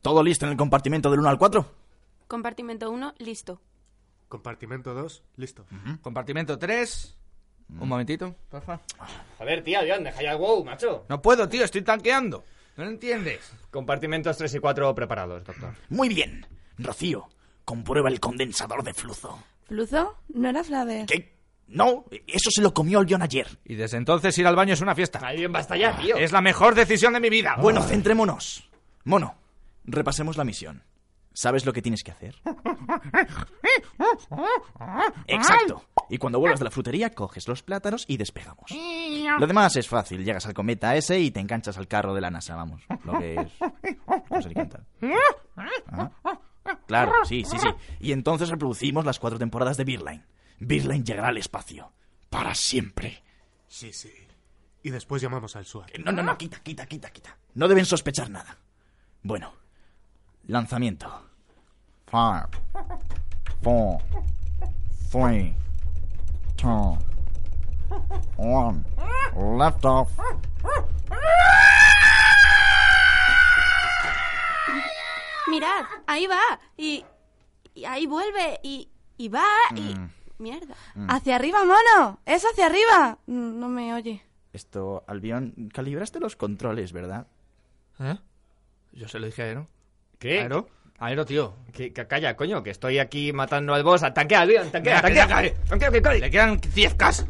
¿Todo listo en el compartimento del 1 al 4? Compartimento 1, listo. Compartimento 2, listo. Compartimento 3. Un momentito, porfa. Joder, tío, John, deja ya el wow, macho. No puedo, tío, estoy tanqueando. No lo entiendes. Compartimentos 3 y 4 preparados, doctor. Muy bien. Rocío, comprueba el condensador de flujo. ¿Fluzo? ¿No era Flaver? ¿Qué? No, eso se lo comió el guión ayer. Y desde entonces ir al baño es una fiesta. Alguien basta ya, tío. Es la mejor decisión de mi vida. Ah, Bueno, centrémonos. Mono, repasemos la misión. ¿Sabes lo que tienes que hacer? Exacto. Y cuando vuelvas de la frutería, coges los plátanos y despegamos. Lo demás es fácil. Llegas al cometa ese y te enganchas al carro de la NASA, vamos. Lo que es... No sé ni cantar. Ajá. Claro, sí, sí, sí. Y entonces reproducimos las cuatro temporadas de Beerline. Beerline llegará al espacio. Para siempre. Sí, sí. Y después llamamos al SWAT. No, no, no, quita, quita, quita, quita. No deben sospechar nada. Bueno, lanzamiento. Five, four, three, two, one, left off. Mirad, ahí va. Y, y ahí vuelve. Y, y va. Y... Mm. Mierda. ¡Hacia arriba, mono! ¡Es hacia arriba! Mm, No me oye. Esto, Albion, calibraste los controles, ¿verdad? ¿Eh? Yo se lo dije a Aero. ¿Qué? Aero. Aero, tío. Que- que- Calla, coño, que estoy aquí matando al boss. Tanquea, John, tanquea, tanquea. Tanquea, que corre. Le quedan 10 cas.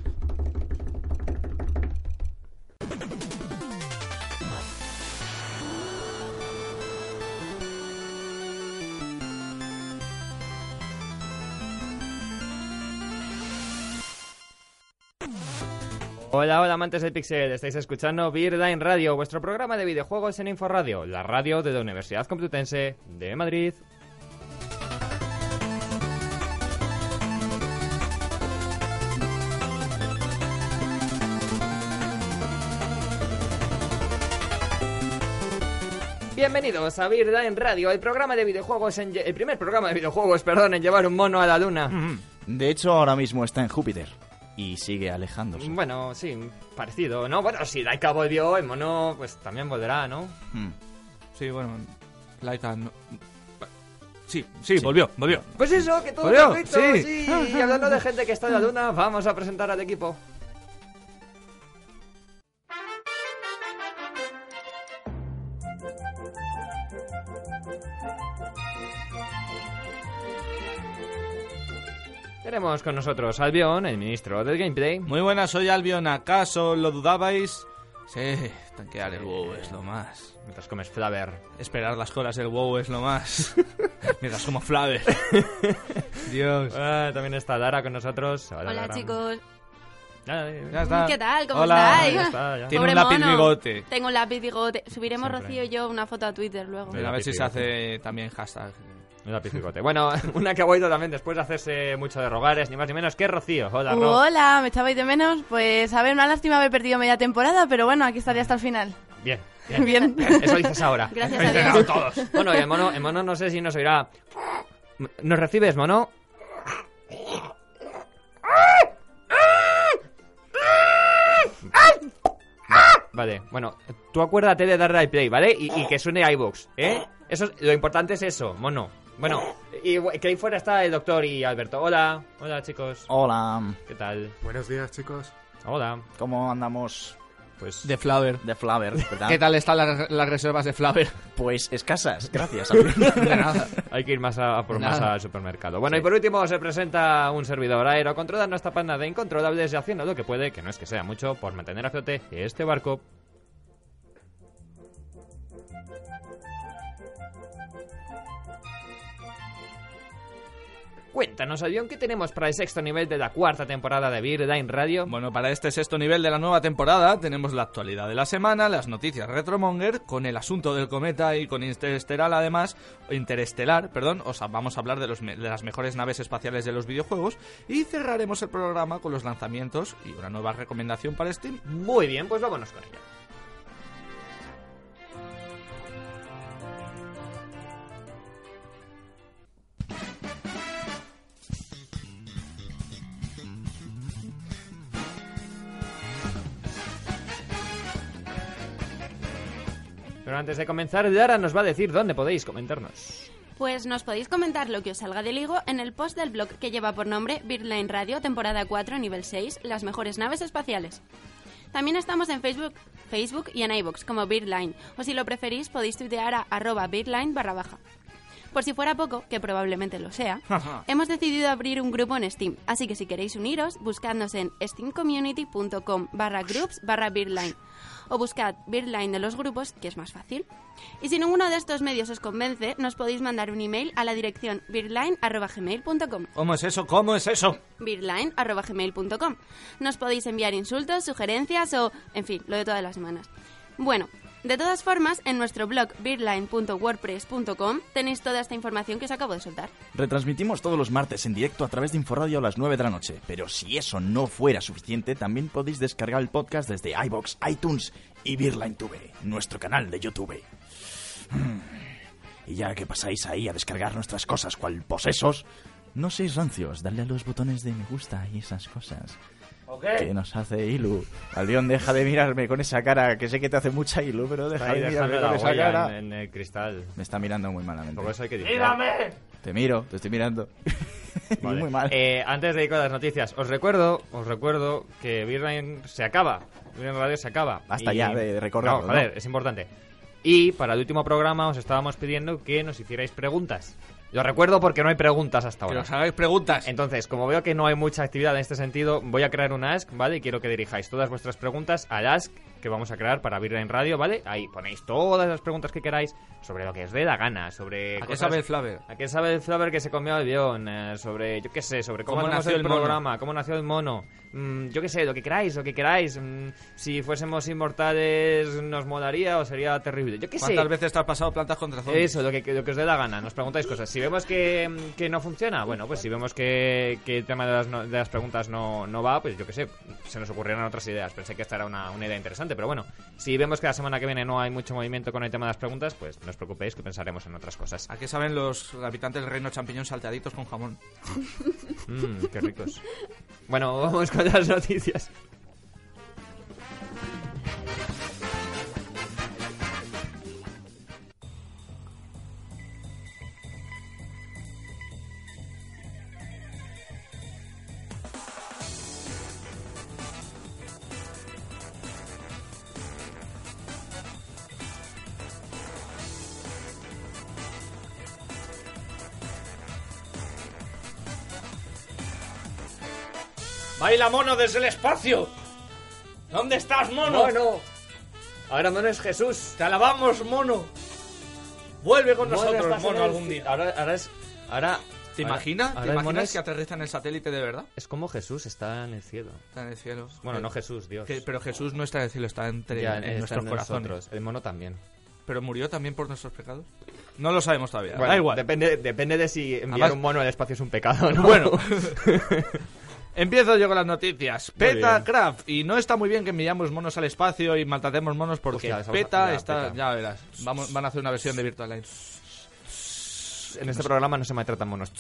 Hola, hola amantes del Pixel, estáis escuchando Birda en Radio, pues. vuestro programa de videojuegos en Inforadio, la radio de la Universidad Complutense de Madrid. Bienvenidos a Birda en Radio, el programa de videojuegos en lle- el primer programa de videojuegos, perdón, en llevar un mono a la luna. De hecho, ahora mismo está en Júpiter. Y sigue alejándose. Mm. Bueno, sí, parecido, ¿no? Bueno, si Laika volvió, el mono pues también volverá, ¿no? Hmm. Sí, bueno. Laika no... Sí, sí, volvió, volvió. Pues eso, que todo Volvió, perfecto, sí. sí. Y hablando de gente que está en la luna, vamos a presentar al equipo. Tenemos con nosotros a Albion, el ministro del gameplay. Muy buenas, soy Albion. ¿Acaso lo dudabais? Sí, tanquear el WoW es lo más. Mientras comes Flaver. Esperar las colas del WoW es lo más. Mientras como Flaver. Dios. Ah, también está Lara con nosotros. Hola, Hola, Lara. chicos. Ya, ya, ya. Ya está. ¿Qué tal? ¿Cómo Hola. estáis? Ya está, ya. Tiene Pobre un lápiz mono. bigote. Tengo un lápiz bigote. Subiremos Siempre. Rocío y yo una foto a Twitter luego. Mira, a ver si se hace también hashtag. Un lápiz bigote. bueno, una que ha vuelto también después de hacerse mucho de rogares, ni más ni menos que Rocío. Hola, Ro. Hola, ¿me estabais de menos? Pues a ver, una lástima haber perdido media temporada, pero bueno, aquí estaré hasta el final. Bien, bien. Bien. Eso dices ahora. Gracias Eso a dices Dios. ahora todos. Bueno, y el mono, el mono no sé si nos oirá. ¿Nos recibes, mono? Vale, bueno, tú acuérdate de darle al play, ¿vale? Y, y que suene iVoox, ¿eh? Eso, es- lo importante es eso, mono. Bueno, y bu- que ahí fuera está el doctor y Alberto. Hola, hola chicos. Hola, ¿Qué tal? Buenos días, chicos. Hola. ¿cómo andamos? pues... De Flaver. De Flaver, ¿verdad? ¿Qué tal están las, las reservas de Flaver? Pues escasas, gracias. De nada. Hay que ir más a, a por más Nada. al supermercado. Bueno, y por último se presenta un servidor aéreo controlando esta panda de incontrolables y haciendo lo que puede, que no es que sea mucho, por mantener a flote este barco. Cuéntanos, avión, ¿qué tenemos para el sexto nivel de la cuarta temporada de Beardline Radio? Bueno, para este sexto nivel de la nueva temporada tenemos la actualidad de la semana, las noticias Retromonger, con el asunto del cometa y con Interestelar además, Interestelar, perdón, os vamos a hablar de, los me- de las mejores naves espaciales de los videojuegos y cerraremos el programa con los lanzamientos y una nueva recomendación para Steam. Muy bien, pues vámonos con ello. Pero antes de comenzar, Lara nos va a decir dónde podéis comentarnos. Pues nos podéis comentar lo que os salga del higo en el post del blog que lleva por nombre Birdline Radio, temporada 4, nivel 6, las mejores naves espaciales. También estamos en Facebook, Facebook y en iVoox como Birdline, o si lo preferís podéis tuitear a arroba Birdline barra baja. Por si fuera poco, que probablemente lo sea, hemos decidido abrir un grupo en Steam, así que si queréis uniros, buscadnos en steamcommunity.com barra groups barra Birdline o buscad Birdline de los grupos, que es más fácil. Y si ninguno de estos medios os convence, nos podéis mandar un email a la dirección birdline.gmail.com ¿Cómo es eso? ¿Cómo es eso? birdline.gmail.com. Nos podéis enviar insultos, sugerencias o, en fin, lo de todas las semanas. Bueno, de todas formas, en nuestro blog birdline.wordpress.com tenéis toda esta información que os acabo de soltar. Retransmitimos todos los martes en directo a través de Inforadio a las 9 de la noche. Pero si eso no fuera suficiente, también podéis descargar el podcast desde iBox, iTunes y Beerline TV, nuestro canal de YouTube. Mm. Y ya que pasáis ahí a descargar nuestras cosas cual posesos, no seis rancios, dadle a los botones de me gusta y esas cosas. Que nos hace Ilu. Albión, deja de mirarme con esa cara, que sé que te hace mucha Ilu, pero deja Ahí de dejando mirarme la con esa huella cara. en, en el cristal. Me está mirando muy malamente. Por eso hay que Te miro, te estoy mirando. Vale. Muy mal. Eh, antes de ir con las noticias, os recuerdo, os recuerdo que Birrain se acaba. Birrain Radio se acaba. Basta ya de- de recordarlo, No, joder, ¿no? es importante. Y para el último programa os estábamos pidiendo que nos hicierais preguntas. Lo recuerdo porque no hay preguntas hasta Que ahora. os hagáis preguntas. Entonces, como veo que no hay mucha actividad en este sentido, voy a crear un ask, ¿vale? Y quiero que dirijáis todas vuestras preguntas al ask que vamos a crear para Birrain Radio, ¿vale? Ahí ponéis todas las preguntas que queráis sobre lo que os dé la gana, sobre ¿A qué cosas- sabe el Flaver? ¿A qué sabe el Flaver que se comió el guión? Eh, sobre, yo qué sé, sobre cómo, ¿Cómo hacemos nació el el mono? programa, cómo nació el mono. Mm, yo qué sé, lo que queráis, lo que queráis. Mm, si fuésemos inmortales, ¿nos molaría o sería terrible? Yo qué sé. ¿Cuántas veces te has pasado plantas contra zombies? Eso, lo que, lo que os dé la gana, nos preguntáis cosas. Si vemos que, mm, que no funciona, bueno, pues si vemos que, que el tema de las, no- de las preguntas no, no va, pues yo qué sé, se nos ocurrieron otras ideas. Pensé que esta era una, una idea interesante, pero bueno, si vemos que la semana que viene no hay mucho movimiento con el tema de las preguntas, pues no os preocupéis que pensaremos en otras cosas. ¿A qué saben los habitantes del reino champiñón salteaditos con jamón? Mmm, qué ricos. Bueno, vamos con las noticias. ¡Baila mono desde el espacio! ¿Dónde estás, mono? no. Ahora no es Jesús. Te alabamos, mono. Vuelve con nosotros, estás en mono, el- algún día. Ahora, ahora es. Ahora. ¿Te ahora- imaginas? ahora ¿Te el mono imaginas es, que aterriza en el satélite de verdad? es como Jesús está en el cielo. Está en el cielo. Bueno, Que- no Jesús, Dios. Eh, que- pero Jesús no está en el cielo, está entre Ya, en está nuestros en corazones. nosotros. El mono también. Pero murió también por nuestros pecados. No lo sabemos todavía. Bueno, da igual. Depende, depende de si enviar Además- un mono al espacio es un pecado, ¿no? Bueno. Empiezo yo con las noticias. Muy PETA bien. Craft. Y no está muy bien que enviamos monos al espacio y maltratemos monos porque Hostia, les vamos a- PETA ya, está. PETA. Ya verás. Vamos, van a hacer una versión de Virtual Line. en este programa no se maltratan monos.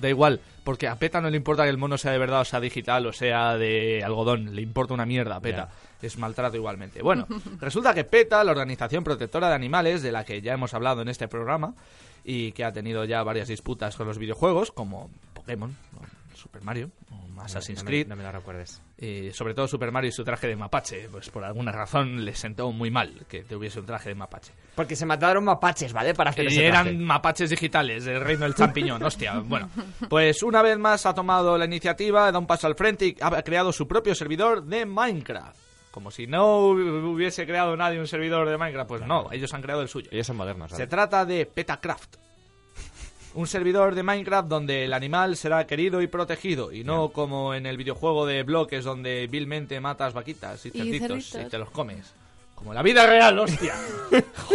Da igual, porque a PETA no le importa que el mono sea de verdad, o sea digital, o sea de algodón. Le importa una mierda a PETA. Es maltrato igualmente. Bueno, resulta que PETA, la organización protectora de animales, de la que ya hemos hablado en este programa, y que ha tenido ya varias disputas con los videojuegos, como Pokémon, ¿no? Super Mario, o Assassin's No me- Creed. No me, lo recuerdes. Eh, sobre todo Super Mario y su traje de mapache, pues por alguna razón les sentó muy mal que tuviese un traje de mapache. Porque se mataron mapaches, ¿vale? Para hacer Y ese eran traje. mapaches digitales del reino del champiñón, hostia. Bueno, pues una vez más ha tomado la iniciativa, da un paso al frente y ha creado su propio servidor de Minecraft. Como si no hub- hubiese creado nadie un servidor de Minecraft, pues no, ellos han creado el suyo. Ellos son modernos, Se ¿sabes? trata de Petacraft. Un servidor de Minecraft donde el animal será querido y protegido, y no como en el videojuego de bloques donde vilmente matas vaquitas y cerditos y, cerditos. te los comes. Como en la vida real, hostia.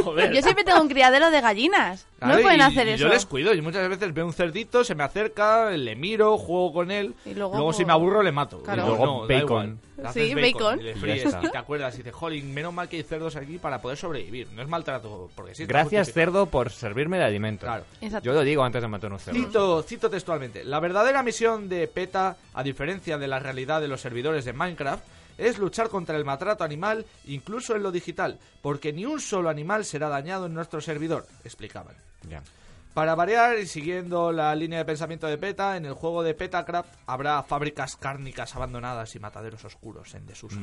Joder. Yo siempre tengo un criadero de gallinas. Claro, no pueden y- hacer y eso. Yo les cuido, y muchas veces veo un cerdito, se me acerca, le miro, juego con él, Y luego, luego- si me aburro le mato. Claro. Y Luego da bacon. igual. Le Sí, haces bacon. Y le Y ya fríes está. y te acuerdas y dices, jolín, menos mal que hay cerdos aquí para poder sobrevivir. No es maltrato, porque sí. está Gracias, justificado. cerdo, por servirme de alimento. Claro. Exacto. Yo lo digo antes de matar un cerdo. Cito, cito textualmente, la verdadera misión de PETA, a diferencia de la realidad de los servidores de Minecraft, es luchar contra el maltrato animal, incluso en lo digital, porque ni un solo animal será dañado en nuestro servidor, explicaban. Ya. Para variar y siguiendo la línea de pensamiento de PETA, en el juego de PETACraft habrá fábricas cárnicas abandonadas y mataderos oscuros en desuso.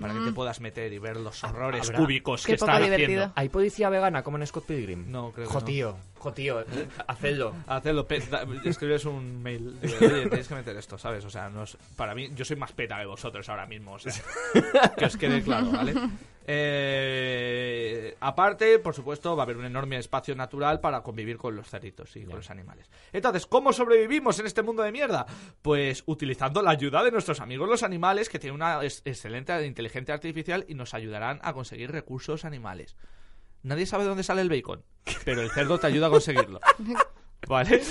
Para que te puedas meter y ver los horrores habrá. cúbicos Qué que poco están divertido. haciendo. ¿Hay policía vegana como en Scott Pilgrim? No, creo que no. Jotío, jotío, hacedlo. Hacedlo, PETA, escribes un mail. de, Oye, tenéis que meter esto, ¿sabes? O sea, no es- para mí, yo soy más PETA que vosotros ahora mismo. O sea, que os quede claro, ¿vale? Eh, aparte, por supuesto, va a haber un enorme espacio natural para convivir con los cerditos y con los animales. Entonces, ¿cómo sobrevivimos en este mundo de mierda? Pues utilizando la ayuda de nuestros amigos los animales, que tienen una ex- excelente inteligencia artificial y nos ayudarán a conseguir recursos animales. Nadie sabe de dónde sale el bacon, pero el cerdo te ayuda a conseguirlo. ¿Vale?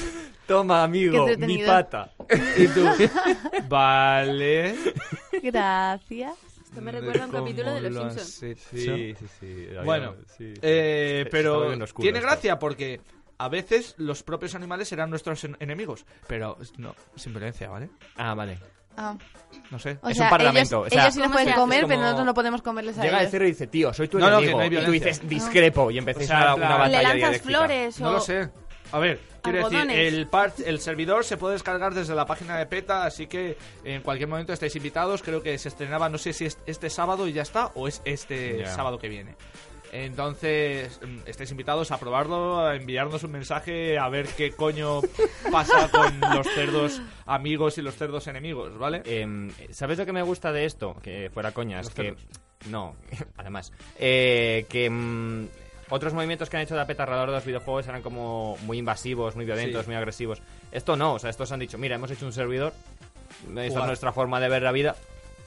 Toma, amigo, Qué mi entretenido. pata. Y tú, vale. Gracias. Esto me recuerda a un ¿Cómo capítulo de Los lo has Simpsons. hecho? sí, sí. Bueno, sí. eh, Está- está muy pero bien oscuro tiene esto. gracia porque a veces los propios animales serán nuestros en- enemigos, pero no, sin violencia, ¿vale? Ah, vale. Ah, No sé. o Es sea, un parlamento, Ellos, o sea, ellos sí nos ¿Cómo pueden se hace? comer, Es como- pero nosotros no podemos comerles a Llega el ellos. cerdo y dice, tío, soy tu No, no, que enemigo. no hay y tú violencia. dices, discrepo. Y empieza Empieza una la- batalla Le lanzas dialéctica. flores No o... lo sé. A ver, quiero decir, Algodones. el, part, el servidor se puede descargar desde la página de PETA, así que en cualquier momento estáis invitados. Creo que se estrenaba, no sé si es este sábado y ya está, o es este Ya. sábado que viene. Entonces, mm, estáis invitados a probarlo, a enviarnos un mensaje, a ver qué coño pasa con los cerdos amigos y los cerdos enemigos, ¿vale? Em, ¿Sabes lo que me gusta de esto? Que fuera coñas, Los que... cerdos. No, además. Eh, que... mm, otros movimientos que han hecho de apeta alrededor de los videojuegos eran como muy invasivos, muy violentos, Sí. muy agresivos. Esto no, o sea, estos han dicho, mira, hemos hecho un servidor, esta Jugad. es nuestra forma de ver la vida,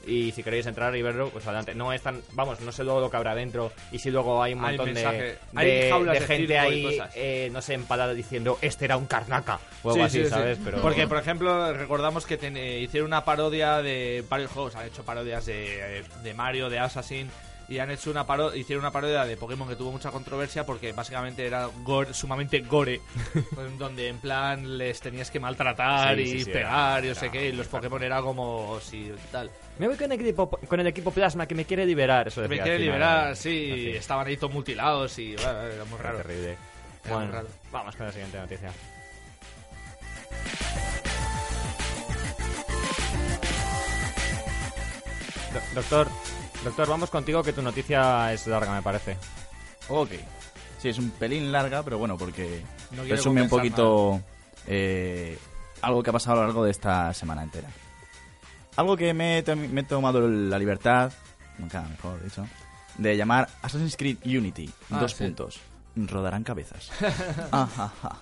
y si queréis entrar y verlo, pues adelante. No es tan, vamos, no sé luego lo que habrá dentro, y si luego hay un Hay montón de, mensaje. de- Hay jaulas de de circo y gente ahí, cosas. eh, no sé, empadada diciendo, este era un carnaca, o algo Sí, así, sí, sí. ¿sabes? Pero... Porque, por ejemplo, recordamos que ten- eh, hicieron una parodia de varios juegos. Han hecho parodias de, eh, de Mario, de Assassin. Y han hecho una paro hicieron una parodia de Pokémon que tuvo mucha controversia porque básicamente era gore- sumamente gore. en donde en plan les tenías que maltratar Sí, y sí, sí, pegar era- y no sé era qué. Y muy los Pokémon era como si tal. Me voy con el equipo, con el equipo Plasma que me quiere liberar. Eso Me decía quiere al final. liberar, sí. y Así. Estaban ahí todos mutilados y bueno, era muy Era raro. terrible. Era muy Bueno, raro. vamos con la siguiente noticia. Do- doctor, doctor, vamos contigo que tu noticia es larga, me parece. Ok. Sí, es un pelín larga, pero bueno, porque No quiero resume un compensar poquito eh, algo que ha pasado a lo largo de esta semana entera. Algo que me he, to- me he tomado la libertad, nunca mejor dicho, de llamar Assassin's Creed Unity. Ah, dos sí. puntos. Rodarán cabezas. Ajá, ajá.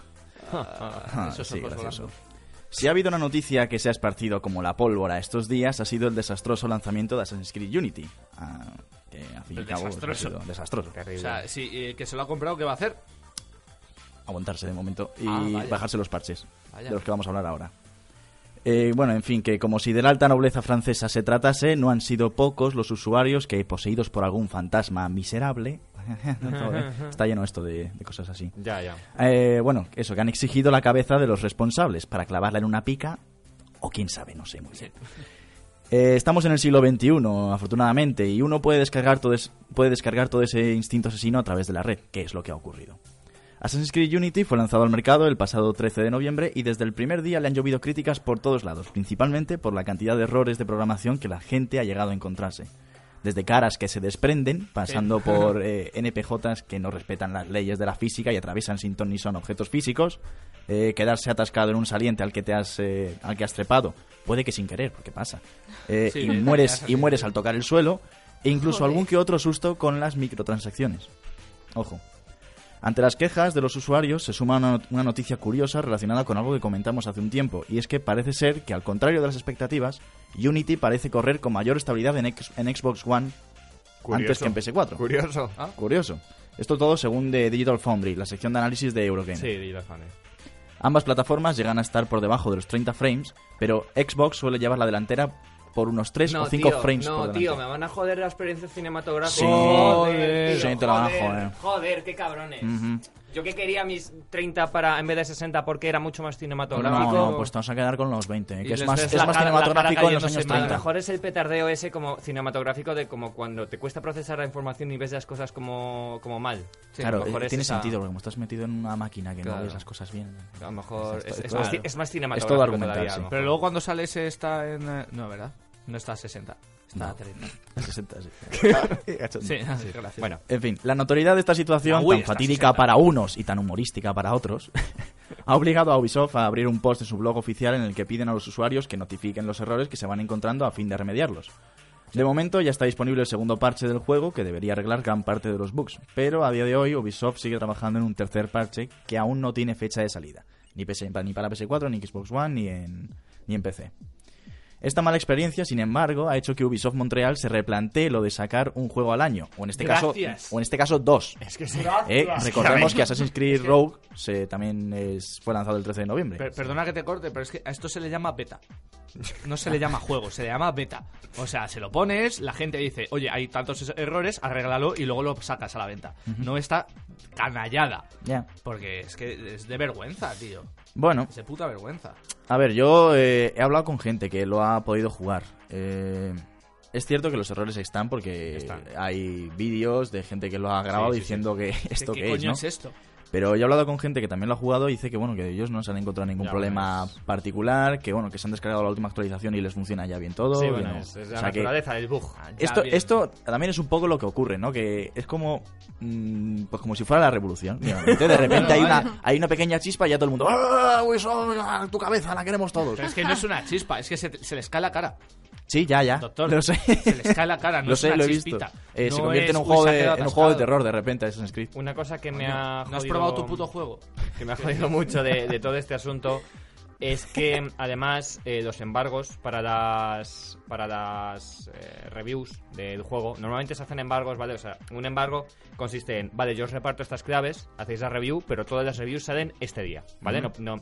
Ah, esos sí, ojos gracioso. volando. Si ha habido una noticia que se ha esparcido como la pólvora estos días, ha sido el desastroso lanzamiento de Assassin's Creed Unity. Ah, que al fin y El cabo, pues, desastroso. ha sido desastroso. O sea, si eh, que se lo ha comprado, ¿qué va a hacer? aguantarse de momento y Ah, vaya. bajarse los parches Vaya. de los que vamos a hablar ahora. Eh, bueno, en fin, que como si de la alta nobleza francesa se tratase, no han sido pocos los usuarios que, poseídos por algún fantasma miserable, Joder, está lleno esto de, de cosas así. Ya, ya. Eh, bueno, eso, que han exigido la cabeza de los responsables para clavarla en una pica o quién sabe, no sé muy bien. Eh, estamos en el siglo XXI, afortunadamente, y uno puede descargar, todo es- puede descargar todo ese instinto asesino a través de la red, que es lo que ha ocurrido. Assassin's Creed Unity fue lanzado al mercado el pasado 13 de noviembre y desde el primer día le han llovido críticas por todos lados, principalmente por la cantidad de errores de programación que la gente ha llegado a encontrarse. Desde caras que se desprenden, pasando por eh, NPJs que no respetan las leyes de la física y atraviesan sin ton ni son objetos físicos, eh, quedarse atascado en un saliente al que te has, eh, al que has trepado, puede que sin querer, porque pasa, eh, Sí, y, ya mueres, se y mueres al tocar el suelo, e incluso Joder. algún que otro susto con las microtransacciones. Ojo. Ante las quejas de los usuarios se suma una, not- una noticia curiosa relacionada con algo que comentamos hace un tiempo, y es que parece ser que, al contrario de las expectativas, Unity parece correr con mayor estabilidad en, X- en Xbox One antes que en PS4. Curioso. Ah. Curioso. Esto todo según de Digital Foundry, la sección de análisis de Eurogame. Sí, y los fans. Ambas plataformas llegan a estar por debajo de los 30 frames, pero Xbox suele llevar la delantera por unos 3 o 5 tío, frames por No, delante. tío, me van a joder la experiencia cinematográfica. Sí. joder, Sí, tío, te la van a joder. joder, joder, qué cabrones. Ujú. Yo que quería mis 30 para en vez de 60 porque era mucho más cinematográfico. No, no, pues te vas a quedar con los 20, Y que es les más, ves es la más cara- la cara cinematográfico en los cayéndose años A lo 30. mejor es el petardeo ese como cinematográfico de como cuando te cuesta procesar la información y ves las cosas como, como mal. claro, a lo mejor eh, es tiene esa- sentido, porque como estás metido en una máquina que no Claro. ves las cosas bien. A lo mejor Es- es, es es todo- más, ci- es más cinematográfico. todo argumental, todavía, a sí. lo Pero mejor. luego cuando sale ese está en... eh, No, ¿verdad? No está a 60. Está No. a 30. Las 60, sí. Sí, así, gracias. Bueno, En fin, la notoriedad de esta situación, La Wii tan está fatídica 60. para unos y tan humorística para otros, ha obligado a Ubisoft a abrir un post en su blog oficial en el que piden a los usuarios que notifiquen los errores que se van encontrando a fin de remediarlos. De momento ya está disponible el segundo parche del juego que debería arreglar gran parte de los bugs, pero a día de hoy Ubisoft sigue trabajando en un tercer parche que aún no tiene fecha de salida, ni, PS ni para PS4, ni Xbox One, ni en, ni en PC. Esta mala experiencia, sin embargo, ha hecho que Ubisoft Montreal se replantee lo de sacar un juego al año, o en este Gracias. caso, o en este caso dos. es que sí. Eh, recordemos que Assassin's Creed Rogue se, también es- fue lanzado el 13 de noviembre. Per- perdona que te corte, pero es que a esto se le llama beta. No se le llama juego, se le llama beta. O sea, se lo pones, la gente dice, oye, hay tantos es- errores, arréglalo y luego lo sacas a la venta. No está canallada. Ya. Porque es que es de vergüenza, tío. Bueno, Es de puta vergüenza. a ver, yo eh, he hablado con gente que lo ha podido jugar. Eh, es cierto que los errores están porque Están. hay vídeos de gente que lo ha grabado Sí, sí, diciendo que esto ¿Qué, que es, coño ¿no? es esto? Pero yo he hablado con gente que también lo ha jugado y dice que bueno, que ellos no se han encontrado ningún Ya, problema bueno, es- particular, que bueno, que se han descargado la última actualización y les funciona ya bien todo. Sí, que bueno, no. es, es O la sea que naturaleza del bug. esto, bien. esto también es un poco lo que ocurre, ¿no? Que es como mm, pues como si fuera la revolución. realmente. De repente hay una, hay una pequeña chispa y ya todo el mundo ¡Ah, Ubisoft, ah, tu cabeza, la queremos todos. Pero es que no es una chispa, es que se, te- se les cae la cara. Sí, ya, ya. Doctor, Ah, lo sé. se les cae la cara, no lo es sé, una lo he visto. chispita. Eh, se No convierte en es, un "Uy, juego se ha de, quedado en un juego de atascado". terror de repente, Assassin's Creed. Una cosa que me ha No has jodido- probado tu puto juego. que me ha jodido mucho de, de todo este asunto es que además eh, los embargos para las para las eh, reviews del juego normalmente se hacen embargos vale o sea un embargo consiste en vale yo os reparto estas claves hacéis la review pero todas las reviews salen este día vale no, no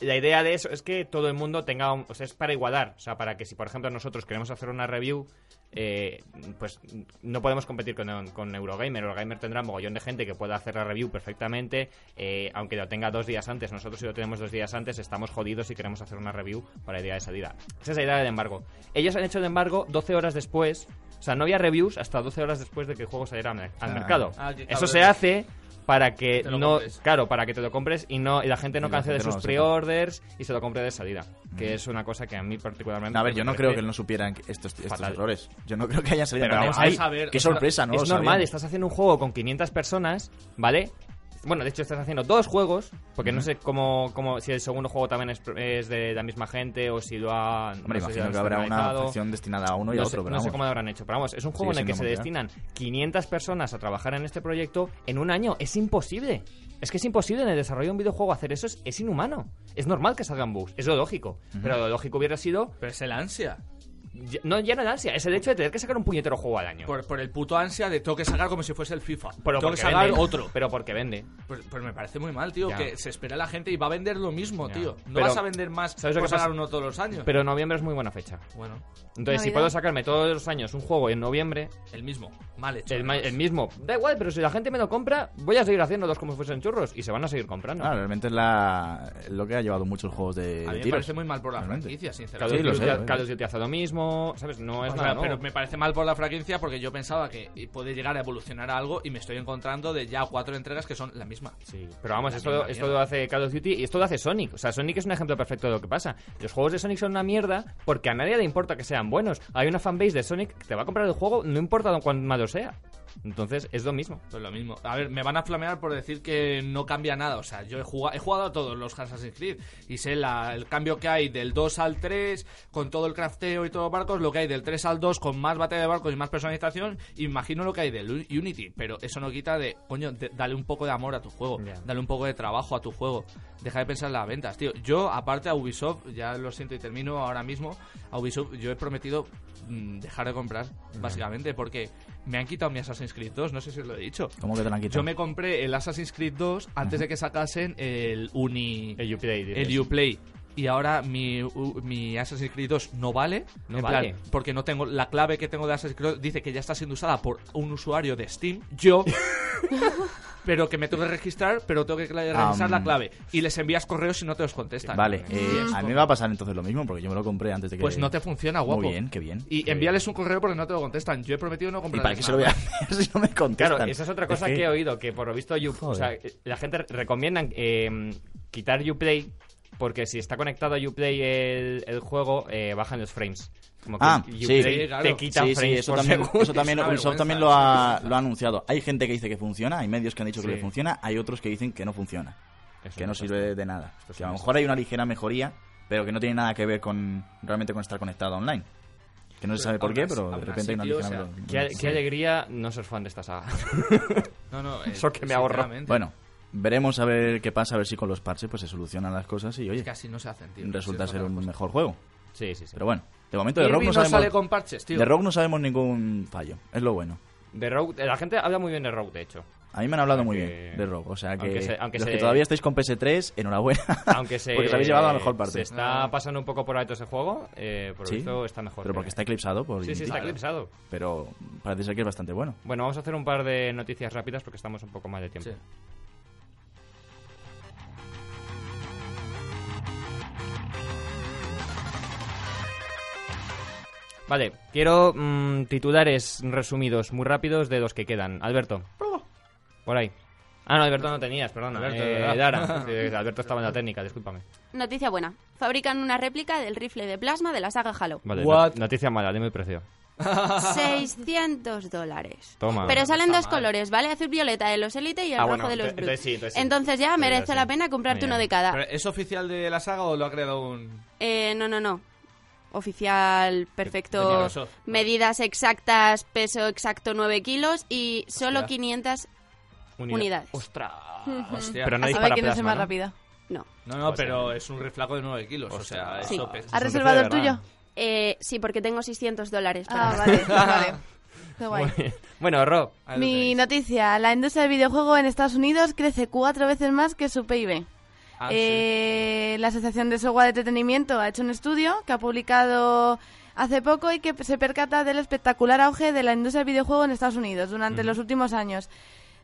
la idea de eso es que todo el mundo tenga un- o sea es para igualar o sea para que si por ejemplo nosotros queremos hacer una review eh, pues no podemos competir con, con Eurogamer. Eurogamer tendrá un mogollón de gente que pueda hacer la review perfectamente. eh, aunque lo tenga dos días antes, nosotros si lo tenemos dos días antes, estamos jodidos si queremos hacer una review para el día de salida. Esa es la idea del embargo. Ellos han hecho el embargo 12 horas después. O sea, no había reviews hasta 12 horas después de que el juego saliera al mer- al mercado. Ah, qué Eso se cabrón. hace para que Te lo no compres. claro para que te lo compres y no y la gente no Y la cancele gente no sus lo sepa. pre-orders y se lo compre de salida que es una cosa que a mí particularmente pues A ver, yo me no creo parece- que no supieran que estos, estos Fatal. errores. Yo no creo que hayan salido. Pero Pero, vamos a ay, saber, qué o sea, sorpresa, ¿no? es Lo normal, sabíamos. estás haciendo un juego con 500 personas, ¿vale? Bueno, de hecho estás haciendo dos juegos, porque no sé cómo, cómo si el segundo juego también es, es de la misma gente o si lo han... Hombre, no sé si imagino lo han que habrá una externalizado. facción destinada a uno y No a sé, otro, pero no sé vamos. cómo lo habrán hecho, pero vamos, es un juego Sigue en el que se siendo destinan 500 personas a trabajar en este proyecto en un año. Es imposible. Es que es imposible en el desarrollo de un videojuego hacer eso, es, es inhumano. Es normal que salgan bugs, es lo lógico. Pero lo lógico hubiera sido, Pero es el ansia. ya- no ya no el ansia, es el hecho de tener que sacar un puñetero juego al año. Por, por el puto ansia de tengo que sacar como si fuese el FIFA. tengo Pero que porque sacar vende. otro. Pero porque vende. Pues, pues me parece muy mal, tío, Ya. que se espera la gente y va a vender lo mismo, Ya. tío. No Pero- vas a vender más ¿sabes lo por que pasa? sacar uno todos los años. Pero noviembre es muy buena fecha. bueno, Entonces, si Navidad. puedo sacarme todos los años un juego en noviembre, el mismo, mal hecho. el, ma- además. el mismo, da igual, pero si la gente me lo compra, voy a seguir haciendo dos como fuesen churros y se van a seguir comprando. Ah, realmente es la, lo que ha llevado muchos juegos de, de a mí me tiros. parece muy mal por la Realmente. franquicia, Call of sinceramente. Sí, lo Duty sé, lo sé. Call of Duty hace lo mismo, mismo, ¿sabes? No es O nada sea, nuevo. pero me parece mal por la franquicia porque yo pensaba que puede llegar a evolucionar a algo y me estoy encontrando de ya cuatro entregas que son la misma. Sí, pero vamos, La esto, misma esto mierda. lo hace Call of Duty y esto lo hace Sonic. O sea, Sonic es un ejemplo perfecto de lo que pasa. Los juegos de Sonic son una mierda porque a nadie le importa que sean buenos. Hay una fanbase de Sonic que te va a comprar el juego no importa cuán malo sea. Entonces, es lo mismo. Pues lo mismo. A ver, me van a flamear por decir que no cambia nada. O sea, yo he jugado, he jugado a todos los Assassin's Creed y sé la- el cambio que hay del 2 al 3 con todo el crafteo y todos los barcos, lo que hay del 3 al 2 con más batalla de barcos y más personalización. Imagino lo que hay del U- Unity, pero eso no quita de, coño, de- dale un poco de amor a tu juego, Ya. dale un poco de trabajo a tu juego. Deja de pensar en las ventas, tío. Yo, aparte a Ubisoft, ya lo siento y termino ahora mismo, a Ubisoft yo he prometido mm, dejar de comprar, básicamente, porque me han quitado mi Assassin's Creed 2, no sé si os lo he dicho. ¿Cómo que te la han quitado? Yo me compré el Assassin's Creed 2 antes de que sacasen el Uni. El Uplay, dices. El Uplay. Y ahora mi, u- mi Assassin's Creed 2 no vale. No en vale. plan, porque no tengo. La clave que tengo de Assassin's Creed 2 dice que ya está siendo usada por un usuario de Steam. Yo. pero que me tengo que registrar, pero tengo que cla- registrar Am. la clave. Y les envías correos y no te los contestan. Vale, eh, a mí me va a pasar entonces lo mismo porque yo me lo compré antes de que. Mm. Pues no te funciona, guapo. Muy bien, qué bien. Y envíales un correo porque no te lo contestan. Yo he prometido no ¿Y comprar. para qué se lo voy a hacer si no me contestan? Claro, esa es otra cosa que... he oído, que por lo visto you- o sea, eh, la gente re- recomienda eh, quitar Uplay porque si está conectado a Uplay el, el juego, eh, bajan los frames. Como que Ah, sí. Uplay Sí, claro. te quita Sí, sí, frames eso por también, segundo. eso también Es una Ubisoft también lo vergüenza, ha, lo ha anunciado. Hay gente que dice que funciona, hay medios que han dicho que Sí. le funciona, hay otros que dicen que no funciona, Es que un no desastre. sirve de nada. es Que a un lo mejor hay una ligera mejoría, pero que no tiene nada que ver con realmente con estar conectado online. Que no se sabe por aún qué, así- pero aún de repente así, hay una tío, o ligera sea, mejoría. Qué, qué alegría no ser fan de esta saga. No, no. Eso que me ahorro. sinceramente, Bueno, veremos a ver qué pasa, a ver si con los parches pues se solucionan las cosas y oye, Casi no se hacen, tío. resulta Sí, ser otra un cosa. mejor juego. sí, sí, sí. Pero bueno, de momento de Kirby Rogue no no sabemos, sale con parches, tío. de Rogue no sabemos ningún fallo, es lo bueno. De Rogue, la gente habla muy bien de Rogue, de hecho. A mí me han hablado muy Aunque- bien de Rogue, o sea que aunque se- aunque los se- Ah, que todavía estáis con PS3, enhorabuena, Aunque se, porque os habéis llevado la mejor Se parte. está pasando un poco por alto ese juego, eh, por lo Sí, visto está mejor. Pero porque está eclipsado por Sí, sí, Unity. está eclipsado. pero parece ser que es bastante bueno. Bueno, vamos a hacer un par de noticias rápidas porque estamos un poco mal de tiempo. Sí. Vale, quiero mm, titulares resumidos, muy rápidos, de los que quedan. Alberto. Por ahí. Ah, no, Alberto no tenías, perdona. Alberto, Eh, ¿verdad? Lara. Sí, Alberto estaba en la técnica, discúlpame. Noticia buena. Fabrican una réplica del rifle de plasma de la saga Halo. Vale, What? no- noticia mala, dime el precio. 600 dólares. Toma. Pero salen está dos mal. colores, ¿vale? Azul violeta de los Elite y el Ah, rojo bueno, de los ento- Brute. entonces ya sí, entonces sí. Entonces ya merece sí. la pena comprarte Muy uno bien. de cada. ¿Pero ¿Es oficial de la saga o lo ha creado un...? Eh, no, no, no. Oficial, perfecto. Tenía razón. Medidas exactas, peso exacto 9 kilos y solo Hostia. 500. Unida- Unidades. ¡Ostras! Hostia. Pero no A dispara saber quién es plasma, el más ¿no? rápida. No. No, no, pero es un reflaco de 9 kilos. O sea, Sí. eso pesa. ¿Has un reservado el precio de tuyo? verdad. Eh, sí, porque tengo 600 dólares. para Ah, gastar. vale, vale. Qué guay. Bueno, Rob, Ahí Ah, lo Mi tenéis. noticia, la industria del videojuego en Estados Unidos crece cuatro veces más que su PIB. Ah, Eh, La Asociación de Software de Entretenimiento ha hecho un estudio que ha publicado hace poco y que se percata del espectacular auge de la industria del videojuego en Estados Unidos durante los últimos años.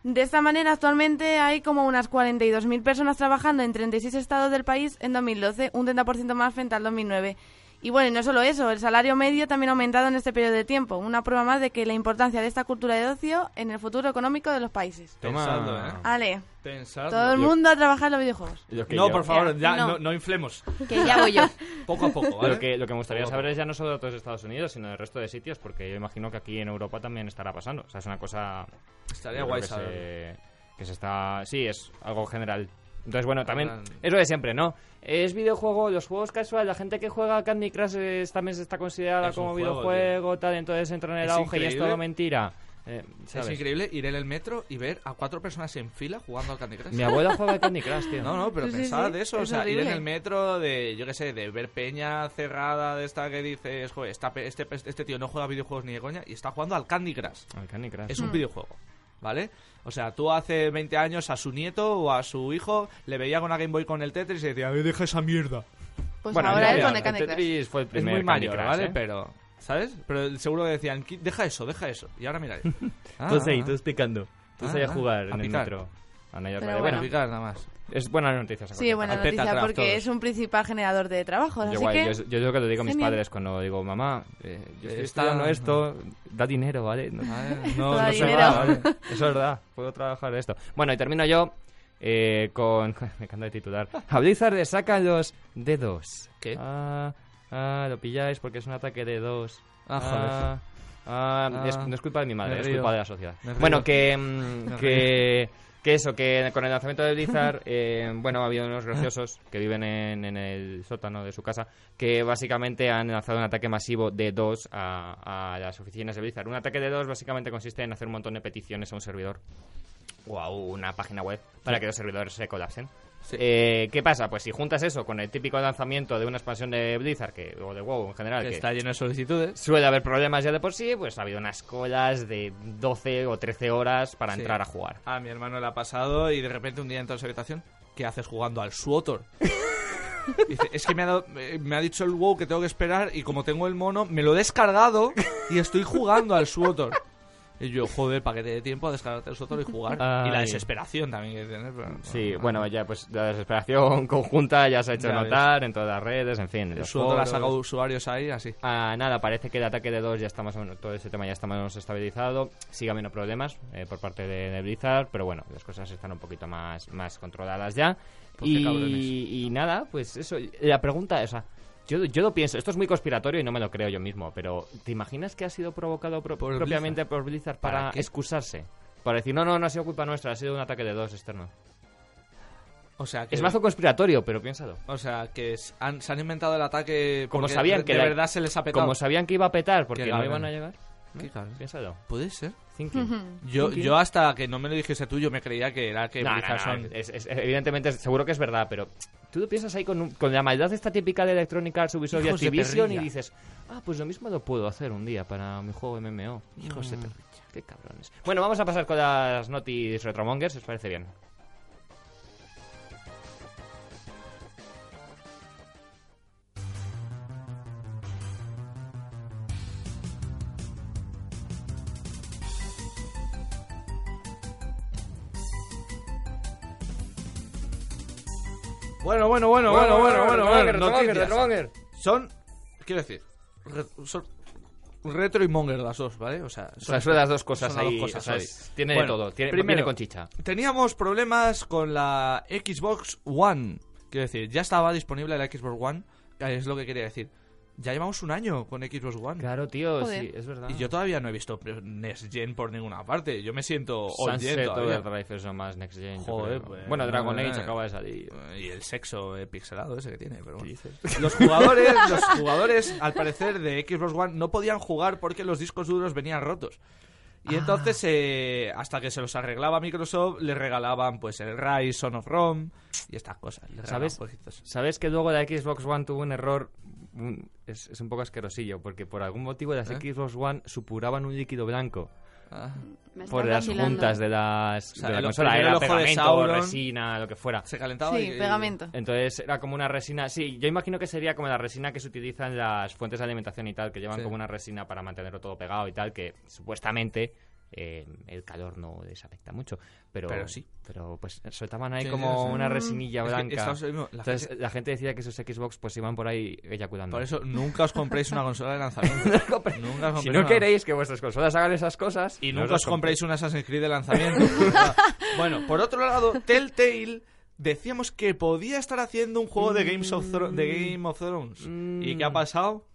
De esta manera, actualmente hay como unas 42.000 personas trabajando en 36 estados del país en 2012, un 30% más frente al 2009. Y bueno, y no solo eso, el salario medio también ha aumentado en este periodo de tiempo, una prueba más de que la importancia de esta cultura de ocio en el futuro económico de los países. toma. Pensadlo, ¿eh? Ale, Pensad. todo el yo- mundo a trabajar en los videojuegos. Lo que No, yo- por favor, ya No. no, no inflemos. Que ya voy yo. Poco a poco, ¿vale? Lo que, lo que me gustaría Poco a saber es ya no solo datos de Estados Unidos, sino del resto de sitios, porque yo imagino que aquí en Europa también estará pasando. O sea, es una cosa poco. Estaría Yo creo guay que saber. se, que se está... Sí, es algo general. Entonces, bueno, también Hablan- es lo de siempre, ¿no? Es videojuego, los juegos casual, la gente que juega Candy Crush eh, es- también se está considerada Es un como juego, videojuego, tal, entonces entra en el Es auge y es increíble. todo mentira. Eh, Es ¿sabes? increíble ir en el metro y ver a cuatro personas en fila jugando al Candy Crush. Mi abuela juega Candy Crush, tío. No, no, pero Sí, sí, pensad sí, de eso, o es sea, ir en horrible. el metro, de, yo qué sé, de ver peña cerrada, de esta que dices, joder, esta pe- este, pe- este tío no juega videojuegos ni de coña y está jugando al Candy Crush. Al Candy Crush. Es un videojuego, ¿vale? O sea, tú hace 20 años a su nieto o a su hijo le veía con una Game Boy con el Tetris y decía, "Eh, deja esa mierda. Pues Bueno, ahora el- él con el el Candy Crush. Tetris fue el Es primer muy Candy mayor, Crush, ¿vale? ¿eh? Pero, ¿sabes? Pero el- seguro decían, "Qui- deja eso, deja eso. Y ahora mira. Tú sí, tú explicando. Tú Ah, sabías ah, jugar a en el picar. metro. Ana ya Pero Raya. bueno. Bueno, Picar nada más. es buena noticia. esa Sí, cosa. buena Al Petatrack, noticia, porque todos. es un principal generador de trabajos. Yo, Así guay, que, yo, yo es lo que le digo a mis genial. padres cuando digo, mamá, eh, yo estoy Está- estudiando esto, da dinero, ¿vale? No, Ah. No, Da no se se dinero. va, va, ¿vale? ¿vale? Eso es verdad, puedo trabajar de esto. Bueno, y termino yo eh, con... Me encanta de titular. A Blizzard le sacan los dedos. ¿Qué? Ah, ah, lo pilláis porque es un ataque de dos. Ah, joder. ah, Ah, es- no es culpa de mi me madre, es río. culpa de la sociedad. Me río. Bueno, que... mm, Me que que eso, que con el lanzamiento de Blizzard, eh, bueno, ha habido unos graciosos que viven en, en el sótano de su casa, que básicamente han lanzado un ataque masivo de dos a, a las oficinas de Blizzard. Un ataque de dos básicamente consiste en hacer un montón de peticiones a un servidor o a una página web para que los servidores se colapsen. Sí. Eh, ¿Qué pasa? Pues si juntas eso con el típico lanzamiento de una expansión de Blizzard que, o de WoW en general, Que que, está lleno de solicitudes. suele haber problemas ya de por sí, pues ha habido unas colas de 12 o 13 horas para Sí. entrar a jugar. A mi hermano le ha pasado y de repente un día entra en su habitación. ¿Qué haces jugando al Suotor? Dice, es que me ha, dado- eh, me ha dicho el WoW que tengo que esperar y como tengo el mono, me lo he descargado y estoy jugando al Suotor. Y yo, joder, para que te dé tiempo a descargarte el Suotor y jugar. Y la Ay. desesperación también que tienes. pero- Sí, bueno, ya pues la desesperación conjunta ya se ha hecho Ya notar en todas las redes, en fin. en El los Suotor ha foros. sacado usuarios ahí, así. Ah, nada, parece que el ataque de dos ya está más o menos, todo ese tema ya está más o menos estabilizado, sigue habiendo problemas eh, por parte de, de Blizzard, pero bueno, las cosas están un poquito más, más controladas ya. Pues qué cabrones. Y, y nada, pues eso, la pregunta es, o sea, yo, yo lo pienso, esto es muy conspiratorio y no me lo creo yo mismo, pero ¿te imaginas que ha sido provocado pro- Por propiamente por Blizzard ¿Para para, qué? excusarse? Para decir, no, no, no ha sido culpa nuestra, ha sido un ataque de dos externo. O sea, que, Es mazo conspiratorio, pero piénsalo. o sea, que s- han- se han inventado el ataque Como porque sabían de, que de la- verdad se les ha petado. Como sabían que iba a petar Qué porque no iban cabrón. a llegar, Qué cabrón. piénsalo. Puede ser. Thinking. Yo, yo hasta que no me lo dijese tú, yo me creía que era que No, no, Blizzard no, son- es- es- evidentemente, es- seguro que es verdad, pero tú lo piensas ahí con, un- con la maldad esta típica de Electronic Arts, Ubisoft y Hijos de Activision y perrilla. dices, ah, pues lo mismo lo puedo hacer un día para mi juego MMO. Hijos de perrilla. Qué cabrones. Bueno, vamos a pasar con las notis retromongers, ¿os parece bien? Bueno, bueno, bueno, bueno, bueno, bueno, bueno, noticias. retromonger. Son, quiero decir, re- son retro y monger las dos, ¿vale? O sea, O son, sea, son las dos cosas son las ahí. dos cosas o sea, hoy. es- tiene Bueno, todo. Tiene, primero, viene con chicha. Teníamos problemas con la Xbox One. Quiero decir, ya estaba disponible la Xbox One, eh, es lo que quería decir. Ya llevamos un año con Xbox One. Claro, tío, Joder. sí, es verdad. Y yo todavía no he visto Next Gen por ninguna parte. Yo me siento old gen Sunset todavía. Overdrive son más Next Gen. yo Joder, creo. pues, bueno, Dragon eh, Age acaba de salir. Y el sexo eh, pixelado ese que tiene, pero bueno. Los jugadores, los jugadores, al parecer, de Xbox One no podían jugar porque los discos duros venían rotos. Y Ah. entonces, eh, hasta que se los arreglaba Microsoft, les regalaban pues el Rise, Son of ROM y estas cosas. Les regalaban ¿Sabes? jueguitos. ¿Sabes que luego la Xbox One tuvo un error? Un- es, es un poco asquerosillo, porque por algún motivo las ¿Eh? Xbox One supuraban un líquido blanco Ah, Me estás por las vacilando. juntas de las O sea, de la lo- consola. primero el Era ojo de pegamento, Sauron. resina, lo que fuera. se calentaba sí, y- y- pegamento. Entonces era como una resina, sí, yo imagino que sería como la resina que se utiliza en las fuentes de alimentación y tal, que llevan Sí. como una resina para mantenerlo todo pegado y tal, que supuestamente eh, el calor no desafecta mucho, pero, Pero sí. pero pues soltaban ahí Sí, como sí, sí. una resinilla Es que blanca. estamos en- la Entonces gente- la gente decía que sus Xbox pues iban por ahí eyaculando. por eso nunca os compréis una consola de lanzamiento. nunca os compréis si una- no queréis que vuestras consolas hagan esas cosas Y no nunca las os compréis un Assassin's Creed de lanzamiento. bueno, por otro lado, Telltale decíamos que podía estar haciendo un juego de, Games of Thro- de Game of Thrones. Mm. ¿Y qué ha pasado?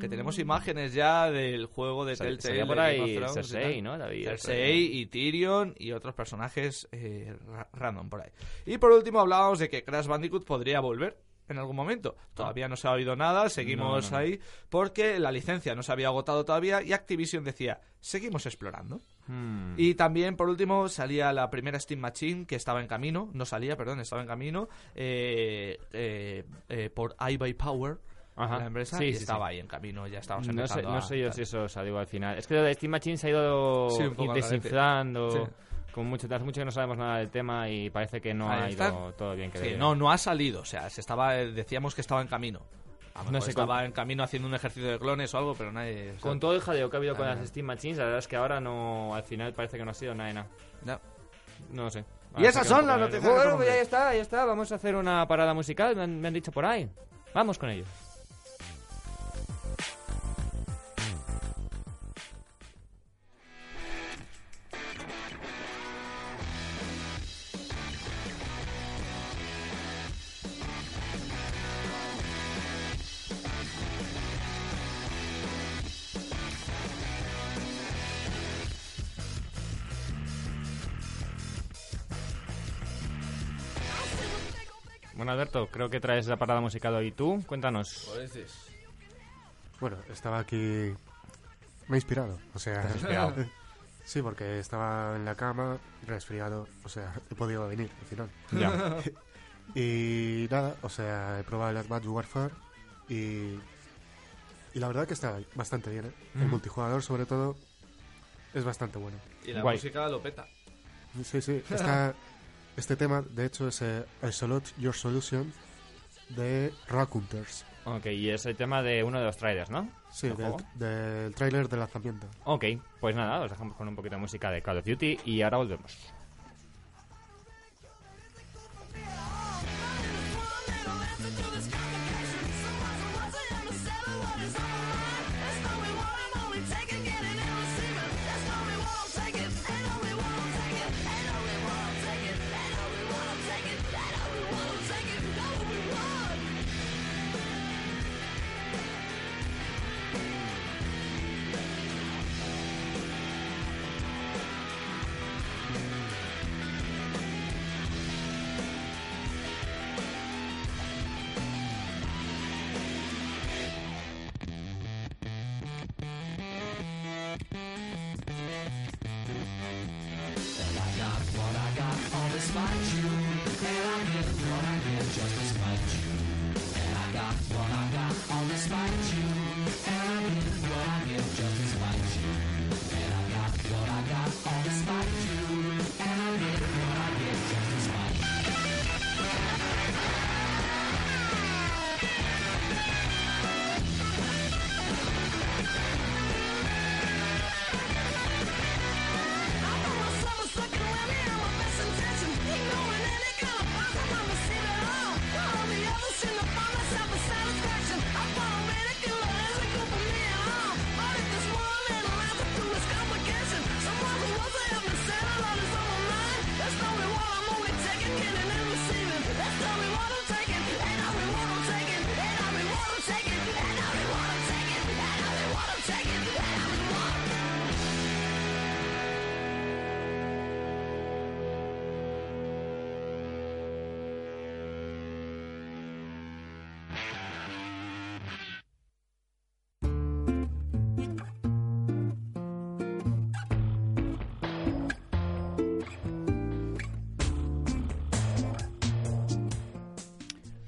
Que tenemos imágenes ya del juego de Sal- Telltale. salía por de Game ahí of Thrones y Cersei, tal. ¿no? David, Pues, eh, Cersei y Tyrion y otros personajes eh, ra- random por ahí. Y por último hablábamos de que Crash Bandicoot podría volver en algún momento. Todavía no se ha oído nada, seguimos Ah. No, no, no. ahí porque la licencia no se había agotado todavía y Activision decía, seguimos explorando. Hmm. Y también, por último, salía la primera Steam Machine que estaba en camino, no salía, perdón, estaba en camino, eh, eh, eh, por iBuy Power, Ajá. la empresa, Sí, y sí, sí. estaba ahí en camino, ya estábamos No sé, empezando no a- sé yo si eso salió al final. Es que lo de Steam Machine se ha ido Sí, un poco al garete. desinflando. Sí. Con mucho, hace mucho que no sabemos nada del tema y parece que no Ahí ha está. ido todo bien que Sí, debe. no, no ha salido, o sea, se estaba, eh, decíamos que estaba en camino. A lo No mejor sé, estaba con- en camino haciendo un ejercicio de clones o algo, pero nadie... Con todo el jadeo que ha habido con Ah. las Steam Machines, la verdad es que ahora no, al final parece que no ha sido nada de nada. Ya. No lo sé. Así Y esas que son vamos a las poner- noticias. de Bueno, Ramón pues ahí Rey. está, ahí está. Vamos a hacer una parada musical, me han, me han dicho por ahí. Vamos con ello. Bueno, Alberto, creo que traes la parada musical hoy tú. Cuéntanos. Bueno, estaba aquí. Me he inspirado. O sea. sí, porque estaba en la cama, resfriado. O sea, he podido venir al final. Ya. Y nada, o sea, he probado el Advanced Warfare y, y la verdad que está bastante bien, ¿eh? El multijugador, sobre todo, es bastante bueno. Y la Guay. música lo peta. Sí, sí, está... este tema, de hecho, es eh, Isolate Your Solution de Rakunters. Ok, y es el tema de uno de los trailers, ¿no? Sí, ¿Del del, juego? del tráiler de lanzamiento. Ok, pues nada, os dejamos con un poquito de música de Call of Duty y ahora volvemos.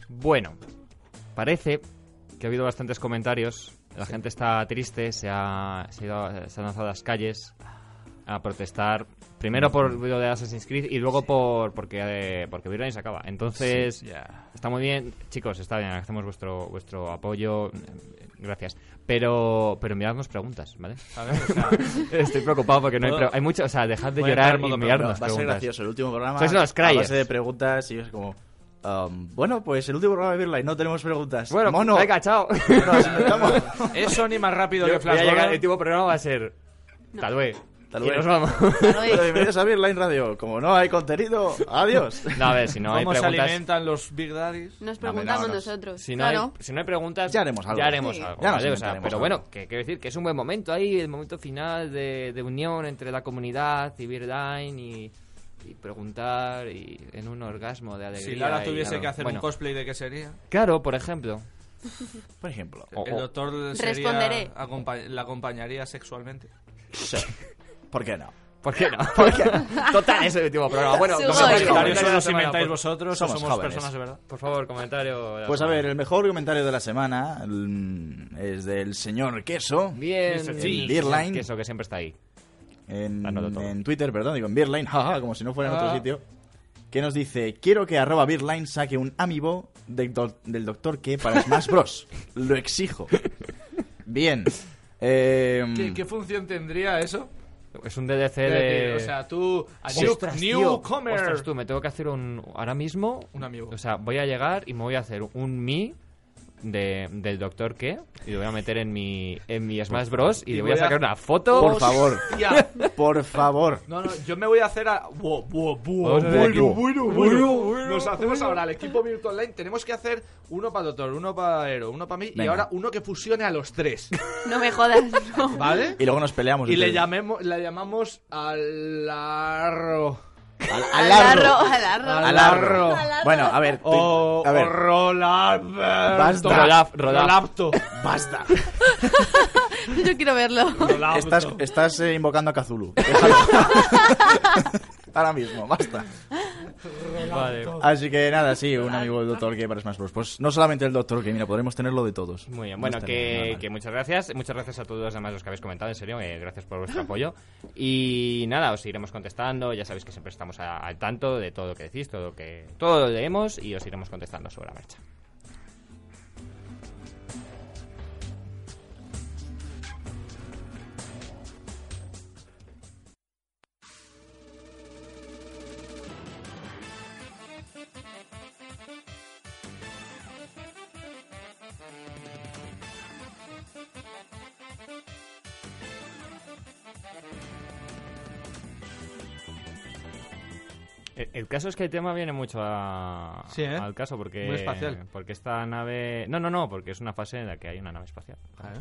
Bueno, parece que ha habido bastantes comentarios. La gente está triste, se ha, se ha ido a- se ha lanzado a las calles a protestar. Primero por lo de Assassin's Creed y luego por porque eh, porque Birline se acaba. Entonces, está muy bien, chicos, está bien, agradecemos vuestro vuestro apoyo, eh, gracias. Pero pero enviadnos preguntas, ¿vale? ¿Sabes? O sea, Estoy preocupado porque no hay, Todo- pre- hay mucho, o sea, dejad de Voy a llorar entrar en y modo enviarnos preguntas. Va a ser preguntas. gracioso el último programa. Sois unos a crayers. base de preguntas y es como. um, bueno, pues el último programa de Beer Live, no tenemos preguntas. Bueno, mono. venga, chao. nos inventamos. es Sony más rápido Yo que voy Flash a llegar, Gordon. el último programa va a ser tal vez. Tal y vez. nos vamos. Pero Bienvenidos a Beer Live Radio. Como no hay contenido, adiós. No, a ver, si no hay ¿Cómo se preguntas. alimentan los Big Daddies? Nos No, hombre, preguntamos no, no. nosotros. Si no, Claro. hay, si no hay preguntas, Ya haremos algo. Ya haremos Sí. algo, Ya nos ¿vale? O sea, inventaremos pero algo. bueno, que quiero decir que es un buen momento ahí, el momento final de, de unión entre la comunidad y Beardline y, y preguntar y en un orgasmo de alegría. Si Lara y tuviese algo. que hacer Bueno, un cosplay, ¿de qué sería? Claro, por ejemplo. Por ejemplo. O- El o- doctor sería- Responderé. acompa- la acompañaría sexualmente. Sí. ¿Por qué no? ¿Por qué no? Total, es el último programa. Bueno, Su los gol. comentarios Comentarios de solo la los semana, inventáis por- vosotros somos o somos jóvenes. personas de verdad. Por favor, comentario. de la Pues a semana. ver, el mejor comentario de la semana mm, es del señor Queso. Bien, Mr. G. sí, Beerline. Que eso que siempre está ahí. en, Anota todo. en Twitter, perdón, digo en Beerline, jaja, como si no fuera en Ah. otro sitio, que nos dice, quiero que arroba Beerline saque un amiibo del doc- del Doctor que para Smash Bros. Lo exijo. Bien. em, Eh, ¿Qué, qué función tendría eso? Es un DLC Quiero de... decir, O sea, tú. a Eh, Sí. new- Ostras, tío. newcomer. Ostras, tú, me tengo que hacer un... Ahora mismo... Un amigo. O sea, voy a llegar y me voy a hacer un mi de, del doctor que y lo voy a meter en mi, en mi Smash Bros. y, le voy a sacar una foto. Por favor, Ya. por favor. No, no, yo me voy a hacer a. Buo, buo, buo, Vamos a ver buo, aquí. buo, buo. Nos hacemos ahora el equipo Virtual Online. Tenemos que hacer uno para Doctor, uno para Ero, uno para mí y Venga. ahora uno que fusione a los tres. No me jodas, no. ¿Vale? Y luego nos peleamos. Y le, entonces. llamemos, le llamamos Alarro. Al- Alarro, Alarro. alarro. Alarro. Bueno, a ver. O, te- a ver. o Rolap. Basta. Rolap. Rolap. Rolapto. Basta. Yo quiero verlo. Rolapto. Estás, estás eh, invocando a Kazulu. Déjalo. Ahora mismo, basta. Vale. Así que nada, sí, un amigo del doctor que para Smash Bros. Pues no solamente el doctor que, mira, podremos tenerlo de todos. Muy bien, No bueno, estaría nada que, mal. que muchas gracias. Muchas gracias a todos además los que habéis comentado, en serio, eh, gracias por vuestro apoyo. Y nada, os iremos contestando, ya sabéis que siempre estamos a- al tanto de todo lo que decís, todo lo que todo lo leemos y os iremos contestando sobre la marcha. El, el caso es que el tema viene mucho a- Sí, ¿eh? al caso porque Muy espacial. porque esta nave, no, no, no, porque es una fase en la que hay una nave espacial. Claro.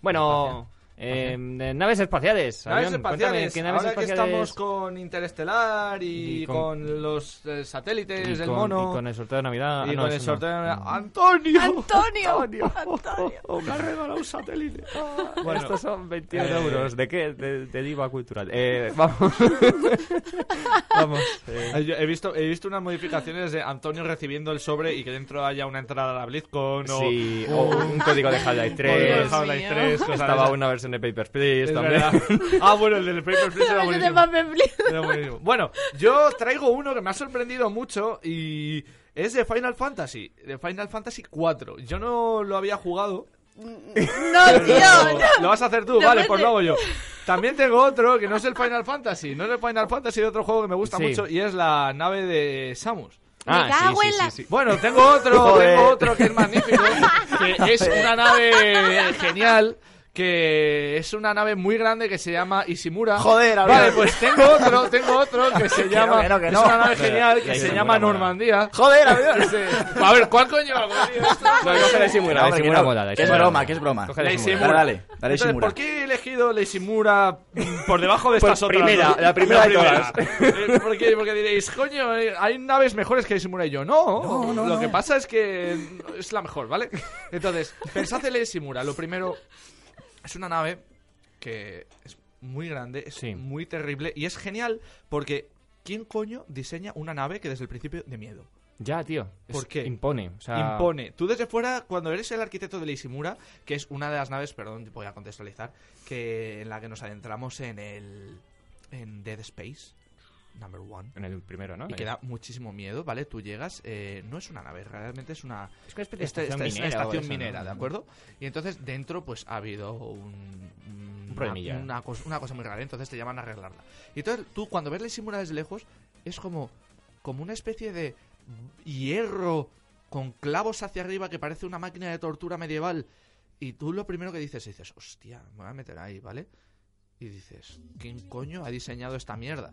Bueno, eh, eh, naves espaciales. Naves Adrián, cuéntame, espaciales. ¿qué naves Ahora que espaciales? estamos con Interestelar y, Y con, con- los eh, satélites, y el con- mono. y con el sorteo de Navidad. Y Ah, no, con el eso no. sorteo de Navidad. ¡Antonio! oh, Antonio, Antonio. me ha regalado un satélite. Ah, Bueno, estos son 21 euros. ¿De qué? De, de diva cultural. Eh, vamos. Vamos. eh, Yo he, visto, he visto unas modificaciones de Antonio recibiendo el sobre y que dentro haya una entrada a la BlizzCon o... Sí, o un código de o Half-Life de 3. Half-Life mío. 3, cosas de Estaba esas. una versión de Papers, Please Es también. verdad. Ah, bueno, el del Paper Please era Solamente buenísimo. papel frío. Era buenísimo. Bueno, yo traigo uno que me ha sorprendido mucho y es de Final Fantasy, de Final Fantasy 4. Yo no lo había jugado. No, tío. no. Lo vas a hacer tú, No vale, me pues sé. lo hago yo. También tengo otro que no es el Final Fantasy, no es el Final Fantasy de otro juego que me gusta Sí. mucho y es la nave de Samus. Ah, Me cago en la- Bueno, tengo otro, Joder. tengo otro que es magnífico, que es una nave genial, que es una nave muy grande que se llama Isimura. Joder, ahora- Vale, pues tengo otro, tengo otro que se Que llama, no, que no, que es no. una nave genial la que se Isimura llama mola. Normandía. Joder, adiós. Ese- A ver, ¿cuál coño hago, tío? Esto- No, coge la Isimura, No, la hombre, que Isimura no. mola, la Que es Isimura broma, mola. que es broma. Coge la La Isimura. Isimura. Dale, dale, dale, Entonces, Isimura. ¿Por qué he elegido la Isimura mm, por debajo de estas otras? primera, dos? la primera de Eh, ¿Por qué? Porque diréis, coño, eh, hay naves mejores que la Isimura. Y yo, no, lo que pasa es que es la mejor, ¿vale? Entonces, pensad en la Isimura. Lo primero, es una nave que es muy grande, es Sí. muy terrible y es genial porque ¿quién coño diseña una nave que desde el principio de miedo? Ya, tío. es- ¿Por qué? Impone. O sea, impone. Tú desde fuera, cuando eres el arquitecto de la Isimura, que es una de las naves, perdón, te voy a contextualizar, que en la que nos adentramos en el en Dead Space, number one. En el primero, ¿no? Y que da muchísimo miedo, ¿vale? Tú llegas, eh, no es una nave, realmente es una, Es que es esta- estación esta- es una minera o estación eso, minera, ¿no? ¿de acuerdo? Y entonces dentro pues ha habido un, un- Un problemilla. Una, una cos- una cosa muy rara, entonces te llaman a arreglarla. Y entonces tú cuando ves la simula desde lejos es como, como una especie de hierro con clavos hacia arriba que parece una máquina de tortura medieval. Y tú lo primero que dices, dices, hostia, me voy a meter ahí, ¿vale? Y dices, ¿quién coño ha diseñado esta mierda?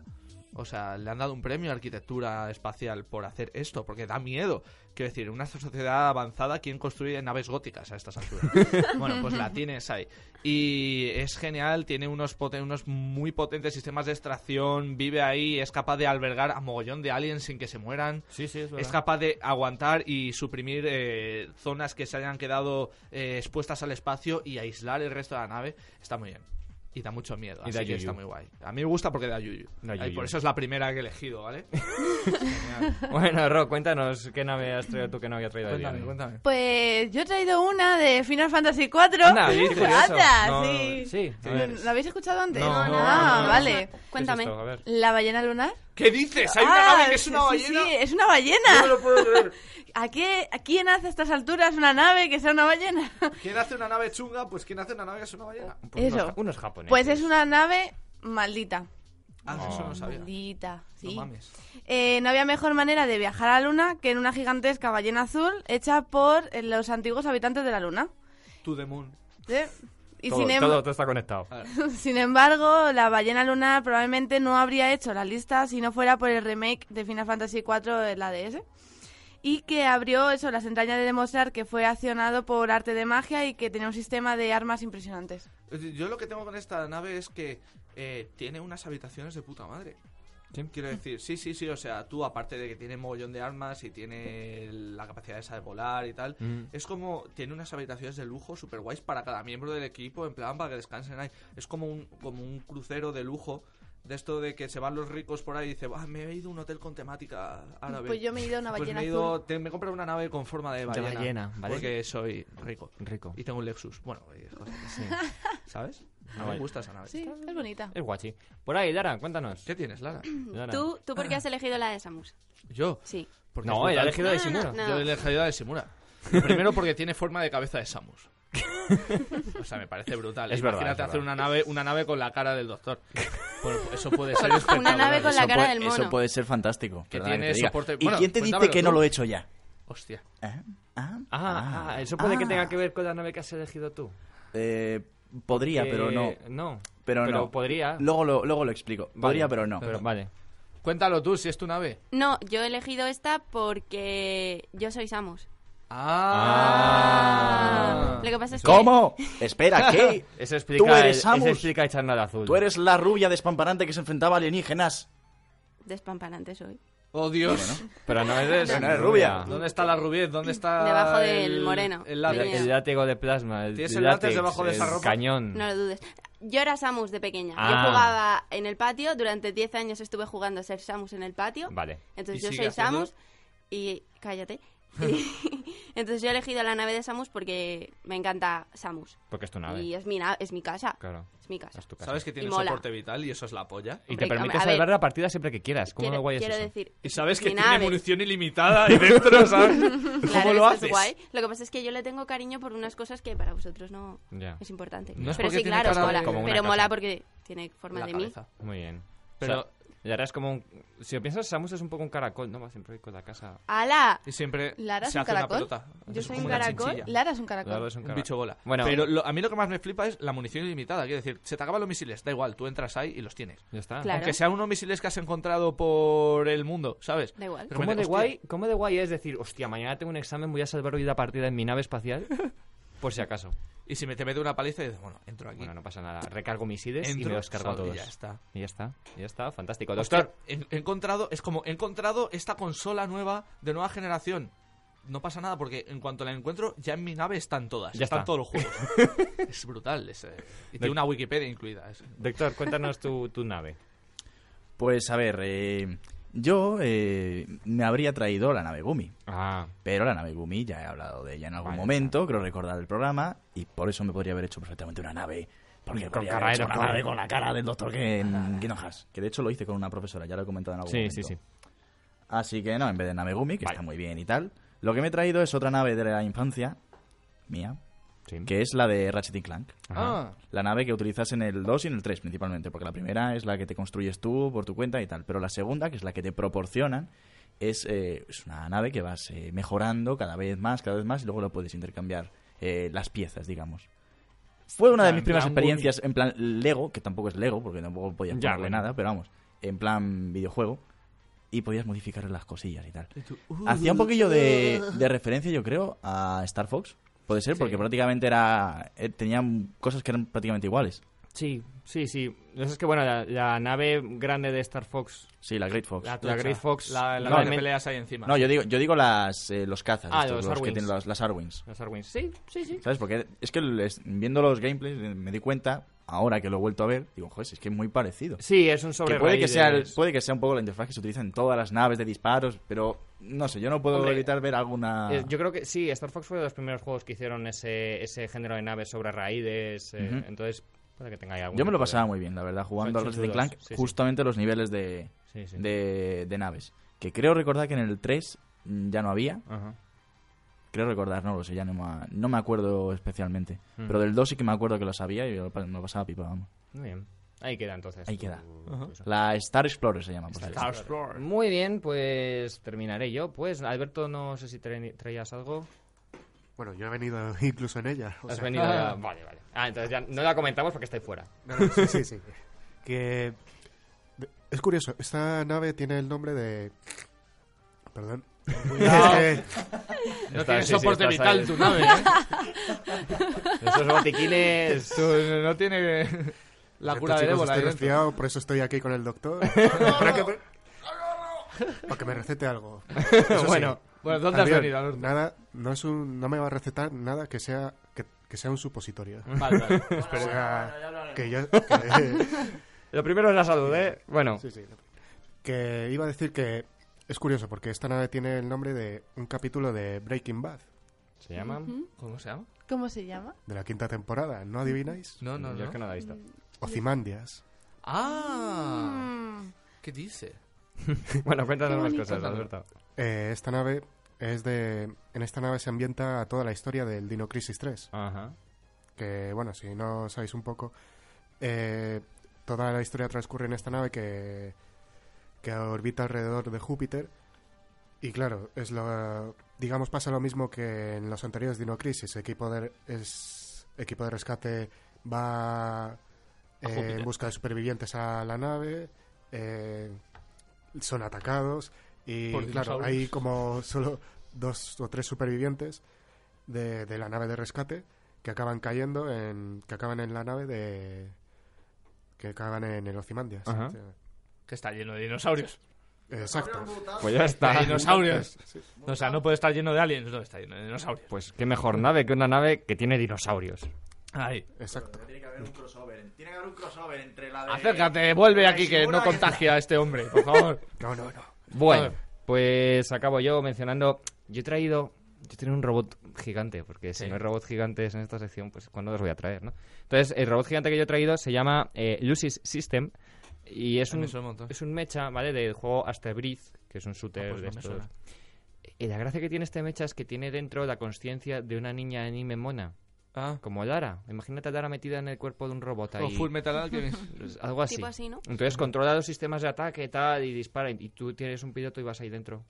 O sea, le han dado un premio a arquitectura espacial por hacer esto, porque da miedo. Quiero decir, en una sociedad avanzada, ¿quién construye naves góticas a estas alturas? bueno, pues la tienes ahí. Y es genial, tiene unos, poten- unos muy potentes sistemas de extracción, vive ahí, es capaz de albergar a mogollón de aliens sin que se mueran. Sí, sí, es verdad. Es capaz de aguantar y suprimir eh, zonas que se hayan quedado eh, expuestas al espacio y aislar el resto de la nave. Está muy bien. Y da mucho miedo. Y así da que yuyu. está muy guay. A mí me gusta porque da yuyu. Da Y yuyu. por eso es la primera que he elegido, ¿vale? Bueno, Ro, cuéntanos qué nave has traído tú que no había traído Adrián. cuéntame. Pues yo he traído una de Final Fantasy 4. Anda, ¿viste? Anda, No, sí. Sí, a ver. ¿Lo habéis escuchado antes? No, ah, no, no, no. vale. Cuéntame. ¿Qué es esto? A ver. ¿La ballena lunar? ¿Qué dices? ¿Hay una Ah, nave que es una sí, ballena? Sí, es una No me ballena. lo puedo creer. ¿A, qué, ¿A quién hace a estas alturas una nave que sea una ballena? ¿Quién hace una nave chunga? Pues quien hace una nave que es una ballena. Pues Eso. Unos, unos japoneses. Pues es una nave Maldita. Ah, eso no sabía. Maldita. Sí. No mames. Eh, no había mejor manera de viajar a la Luna que en una gigantesca ballena azul hecha por eh, los antiguos habitantes de la Luna. To the moon. ¿Eh? Y Todo, sin, em- todo, todo está conectado. sin embargo, la ballena lunar probablemente no habría hecho la lista si no fuera por el remake de Final Fantasy IV en la DS. Y que abrió eso, las entrañas de demostrar que fue accionado por arte de magia y que tenía un sistema de armas impresionantes. Yo lo que tengo con esta nave es que eh, tiene unas habitaciones de puta madre. Quiero decir, sí, sí, sí, o sea, tú aparte de que tiene mogollón de armas y tiene la capacidad esa de volar y tal, Mm. es como, tiene unas habitaciones de lujo super guays para cada miembro del equipo, en plan, para que descansen ahí. Es como un, como un crucero de lujo, de esto de que se van los ricos por ahí y dicen, "Buah, me he ido a un hotel con temática árabe. Pues yo me he ido a una Ah, Pues ballena me he ido- azul. te- me he comprado una nave con forma de De ballena, ballena, ¿vale? porque soy rico. Rico. Y tengo un Lexus. Bueno, y cosas así. ¿Sabes? No me vale. gusta esa nave. Sí, es bonita. Es guachi. Por ahí, Lara, cuéntanos. ¿Qué tienes, Lara? Lara. ¿Tú, ¿Tú por qué has elegido la de Samus? Yo. Sí. Porque No, es él ha brutal. elegido de No, no, Shimura. no. Yo he elegido la de Simura. Lo primero porque tiene forma de cabeza de Samus. O sea, me parece brutal. Es verdad, Imagínate es verdad. hacer una nave, una nave con la cara del doctor. Bueno, eso puede ser Una espectacular. nave con la eso, cara puede, del eso mono. puede ser fantástico. Que perdona tiene te diga. soporte- ¿Y Bueno, quién te dice cuéntamelo que no tú. lo he hecho ya? Hostia. ¿Eh? Ah, Ah, ah, ah, eso puede que ah. tenga que ver con la nave que has elegido tú. Eh, podría, Que- pero no. No. Pero, no. podría. Luego lo, luego lo explico. Vale. Podría, pero no. Pero, vale. Cuéntalo tú, si es tu nave. No, yo he elegido esta porque yo soy Samus. Ah. Ah. Lo que pasa es que... ¿Cómo? Espera, ¿qué? Eso explica, Tú eres el- Samus. Eso explica echar nada azul. Tú eres la rubia despamparante que se enfrentaba a alienígenas. Despamparante soy. Oh, Dios. Pero no eres, Pero no eres rubia. ¿Dónde está la rubiez? ¿Dónde está Debajo el- del moreno. El El, látex? Tenía- el látigo de plasma. El Tienes el látex látex, debajo de esa el ropa. cañón. No lo dudes. Yo era Samus de pequeña. Ah. Yo jugaba en el patio. Durante 10 años estuve jugando a ser Samus en el patio. Vale. Entonces ¿Y yo sigue soy haciéndolo? Samus y... Cállate. Entonces yo he elegido la nave de Samus porque me encanta Samus. Porque es tu nave. Y es mi, na- es mi casa. Claro. Es mi casa. Es tu casa. ¿Sabes que tiene mola. soporte vital y eso es la polla? Y te Hombre, permite hombre, a ver. salvar la partida siempre que quieras. ¿Cómo quiero, de guay es quiero eso? decir... Y sabes que mi tiene nave. munición ilimitada ahí dentro, ¿sabes? Claro, ¿Cómo lo eso es haces? guay. Lo que pasa es que yo le tengo cariño por unas cosas que para vosotros no Ya. es importante. No es pero porque sí, tiene claro, cara de- mola. Como una pero casa. mola porque tiene forma La de cabeza. Muy bien. Pero- Pero... Lara es como un... Si lo piensas, Samus es un poco un caracol, ¿no? Va Siempre con la casa... mí. ¡Hala! Y siempre ¿Lara es se un hace caracol? una pelota. Yo Es soy como un una caracol. chinchilla. Lara es un Lara caracol. es un, Un cara- bicho bola. Bueno, Pero lo- a mí lo que más me flipa es la munición ilimitada. Quiero decir, se te acaban los misiles, da igual, tú entras ahí y los tienes. ya está. Claro. Aunque sean unos misiles que has encontrado por el mundo, ¿sabes? Da igual. Pero ¿Cómo me- de, hostia, guay, ¿Cómo de guay es decir, hostia, mañana tengo un examen, voy a salvar hoy la partida en mi nave espacial? Por si acaso. Y si me te mete una paliza y dices, bueno, entro aquí. Bueno, no pasa nada. Recargo misiles y entro, me los cargo a salgo todos. y ya está. Y ya está, y ya está, fantástico. Hostia, Doctor, he, he encontrado, es como, he encontrado esta consola nueva de nueva generación. No pasa nada porque en cuanto la encuentro, ya en mi nave están todas. Ya están está. todos los juegos. es brutal. es, eh, y tiene una Wikipedia incluida. es- doctor, cuéntanos tu, tu nave. Pues a ver, eh, yo eh, me habría traído la nave Gumi. Ah, Pero la nave Gumi, ya he hablado de ella en algún Vale, momento, creo recordar el programa, y por eso me podría haber hecho perfectamente una nave. Porque Con podría cara haber de hecho una doctor. nave con la cara del doctor que en Kingdom Hearts. Que de hecho lo hice con una profesora, ya lo he comentado en algún sí, momento. sí, sí. Así que no, en vez de nave Gumi, que está muy bien y tal, lo que me he traído es otra nave de la infancia mía, sí. que es la de Ratchet y Clank. Ajá. Ah, La nave que utilizas en el 2 y en el 3 principalmente, porque la primera es la que te construyes tú por tu cuenta y tal, pero la segunda, que es la que te proporcionan, es, eh, es una nave que vas eh, mejorando cada vez más, cada vez más, y luego lo puedes intercambiar eh, las piezas, digamos. Fue una O de sea, mis en primeras plan experiencias en plan Lego, que tampoco es Lego, porque tampoco podías Ya, ponerle bueno. nada, pero vamos, en plan videojuego, y podías modificar las cosillas y tal. y tú, uh, Hacía un poquillo de, de referencia, yo creo, a Star Fox. Puede ser, porque prácticamente era. eh, tenían cosas que eran prácticamente iguales. Sí, sí, sí. Eso es que, bueno, la, la nave grande de Star Fox, Sí, la Great Fox. la, tocha. Grey Fox, La, la No, que me- peleas ahí encima. No, yo digo, yo digo las, eh, los cazas. Ah, estos, los los que Arwings. tienen las, las Arwings. Los Arwings. Sí, sí, sí. ¿Sabes? Porque es que les- viendo los gameplays eh, me di cuenta, ahora que lo he vuelto a ver, digo, joder, si es que es muy parecido. Sí, es un sobre Que puede, que raíles. sea el- puede que sea un poco la interfaz que se utiliza en todas las naves de disparos, pero no sé, yo no puedo Hombre, evitar ver alguna. Eh, Yo creo que sí, Star Fox fue de los primeros juegos que hicieron ese, ese género de naves sobre raídes. eh, Ujú. Entonces, puede que tenga ahí algún Yo me lo tipo de- pasaba muy bien, la verdad, jugando al Son Ratchet y chulos, Clank, sí, sí. justamente los niveles de, Sí, sí. de, de naves. Que creo recordar que en el 3 mm, ya no había. Ajá. Creo recordar, no lo sé, ya no, me- no me acuerdo especialmente. Ujú. Pero del 2 sí que me acuerdo que los había y yo lo pa- me lo pasaba pipa, vamos. Muy bien. Ahí queda entonces. Ahí tu- queda. tu eso. La Star Explorer se llama. por cierto. Star Explorer. Muy bien, pues terminaré yo. Pues Alberto, no sé si tra- traías algo. Bueno, yo he venido incluso en ella. o Has sea- venido. ya- Vale, vale. Ah, entonces ya no la comentamos porque estáis fuera. No, no, sí, sí, sí. Que de- es curioso, esta nave tiene el nombre de perdón. Este, Es que- No Estás- tiene sí, sí, soporte estás ahí. vital tu nave, ¿eh? Esos botiquines. Tú no tiene Este la Siento, cura chicos, de ébola. ahí Estoy dentro. resfriado, por eso estoy aquí con el doctor. Para que me, para que me recete algo. Eso sí. Bueno, bueno, ¿dónde has También, venido, Alberto? Nada, no es un, no me va a recetar nada que sea que, que sea un supositorio. Vale, vale. O sea, que yo que- Lo primero es la salud, ¿eh? Bueno, Sí, sí. Que iba a decir que es curioso porque esta nave tiene el nombre de un capítulo de Breaking Bad ¿se llaman? ¿Cómo se llama? ¿Cómo se llama? de la quinta temporada. ¿No adivináis? No, no, Yo es no. que no la he visto. Ocimandias. Ah, Mm. ¿qué dice? Bueno, cuéntanos Qué más bonito. cosas, Alberto. Eh, esta nave es de. En esta nave se ambienta toda la historia del Dino Crisis 3. Ajá. Que, bueno, si no sabéis un poco. eh, toda la historia transcurre en esta nave que. que orbita alrededor de Júpiter. Y claro, es lo. Digamos, pasa lo mismo que en los anteriores Dino Crisis. Equipo de, es, equipo de rescate va eh, en busca de supervivientes a la nave. eh, son atacados. Y Por claro, dinosaurios. hay como solo dos o tres supervivientes de, de la nave de rescate que acaban cayendo en. que acaban en la nave de. que acaban en el Ozymandias. Ajá. O sea, Que está lleno de dinosaurios. Exacto. Pues ya De está. dinosaurios. O sea, no puede estar lleno de aliens, no, está lleno de dinosaurios. Pues qué mejor nave que una nave que tiene dinosaurios. Ahí. Exacto. Tiene que haber un crossover. Tiene que haber un crossover entre la de... Acércate, vuelve aquí que no contagia a este hombre, por favor. No, no, no. A Bueno, ver. pues acabo yo mencionando. Yo he traído. Yo tengo un robot gigante, porque Sí. si no hay robots gigantes en esta sección, pues ¿cuándo los voy a traer, no? Entonces, el robot gigante que yo he traído se llama eh, Lucy's System. Y es Ah, un, me suena un montón. es un mecha, ¿vale? Del juego After Breath, que es un shooter Ah, pues de no me estos. suena. Y la gracia que tiene este mecha es que tiene dentro la conciencia de una niña anime mona, Ah, como Lara. Imagínate a Lara metida en el cuerpo de un robot ahí. o Full Metal Alchemist. Pues, algo así. Tipo así, ¿no? Entonces controla los sistemas de ataque y tal y dispara y tú tienes un piloto y vas ahí dentro.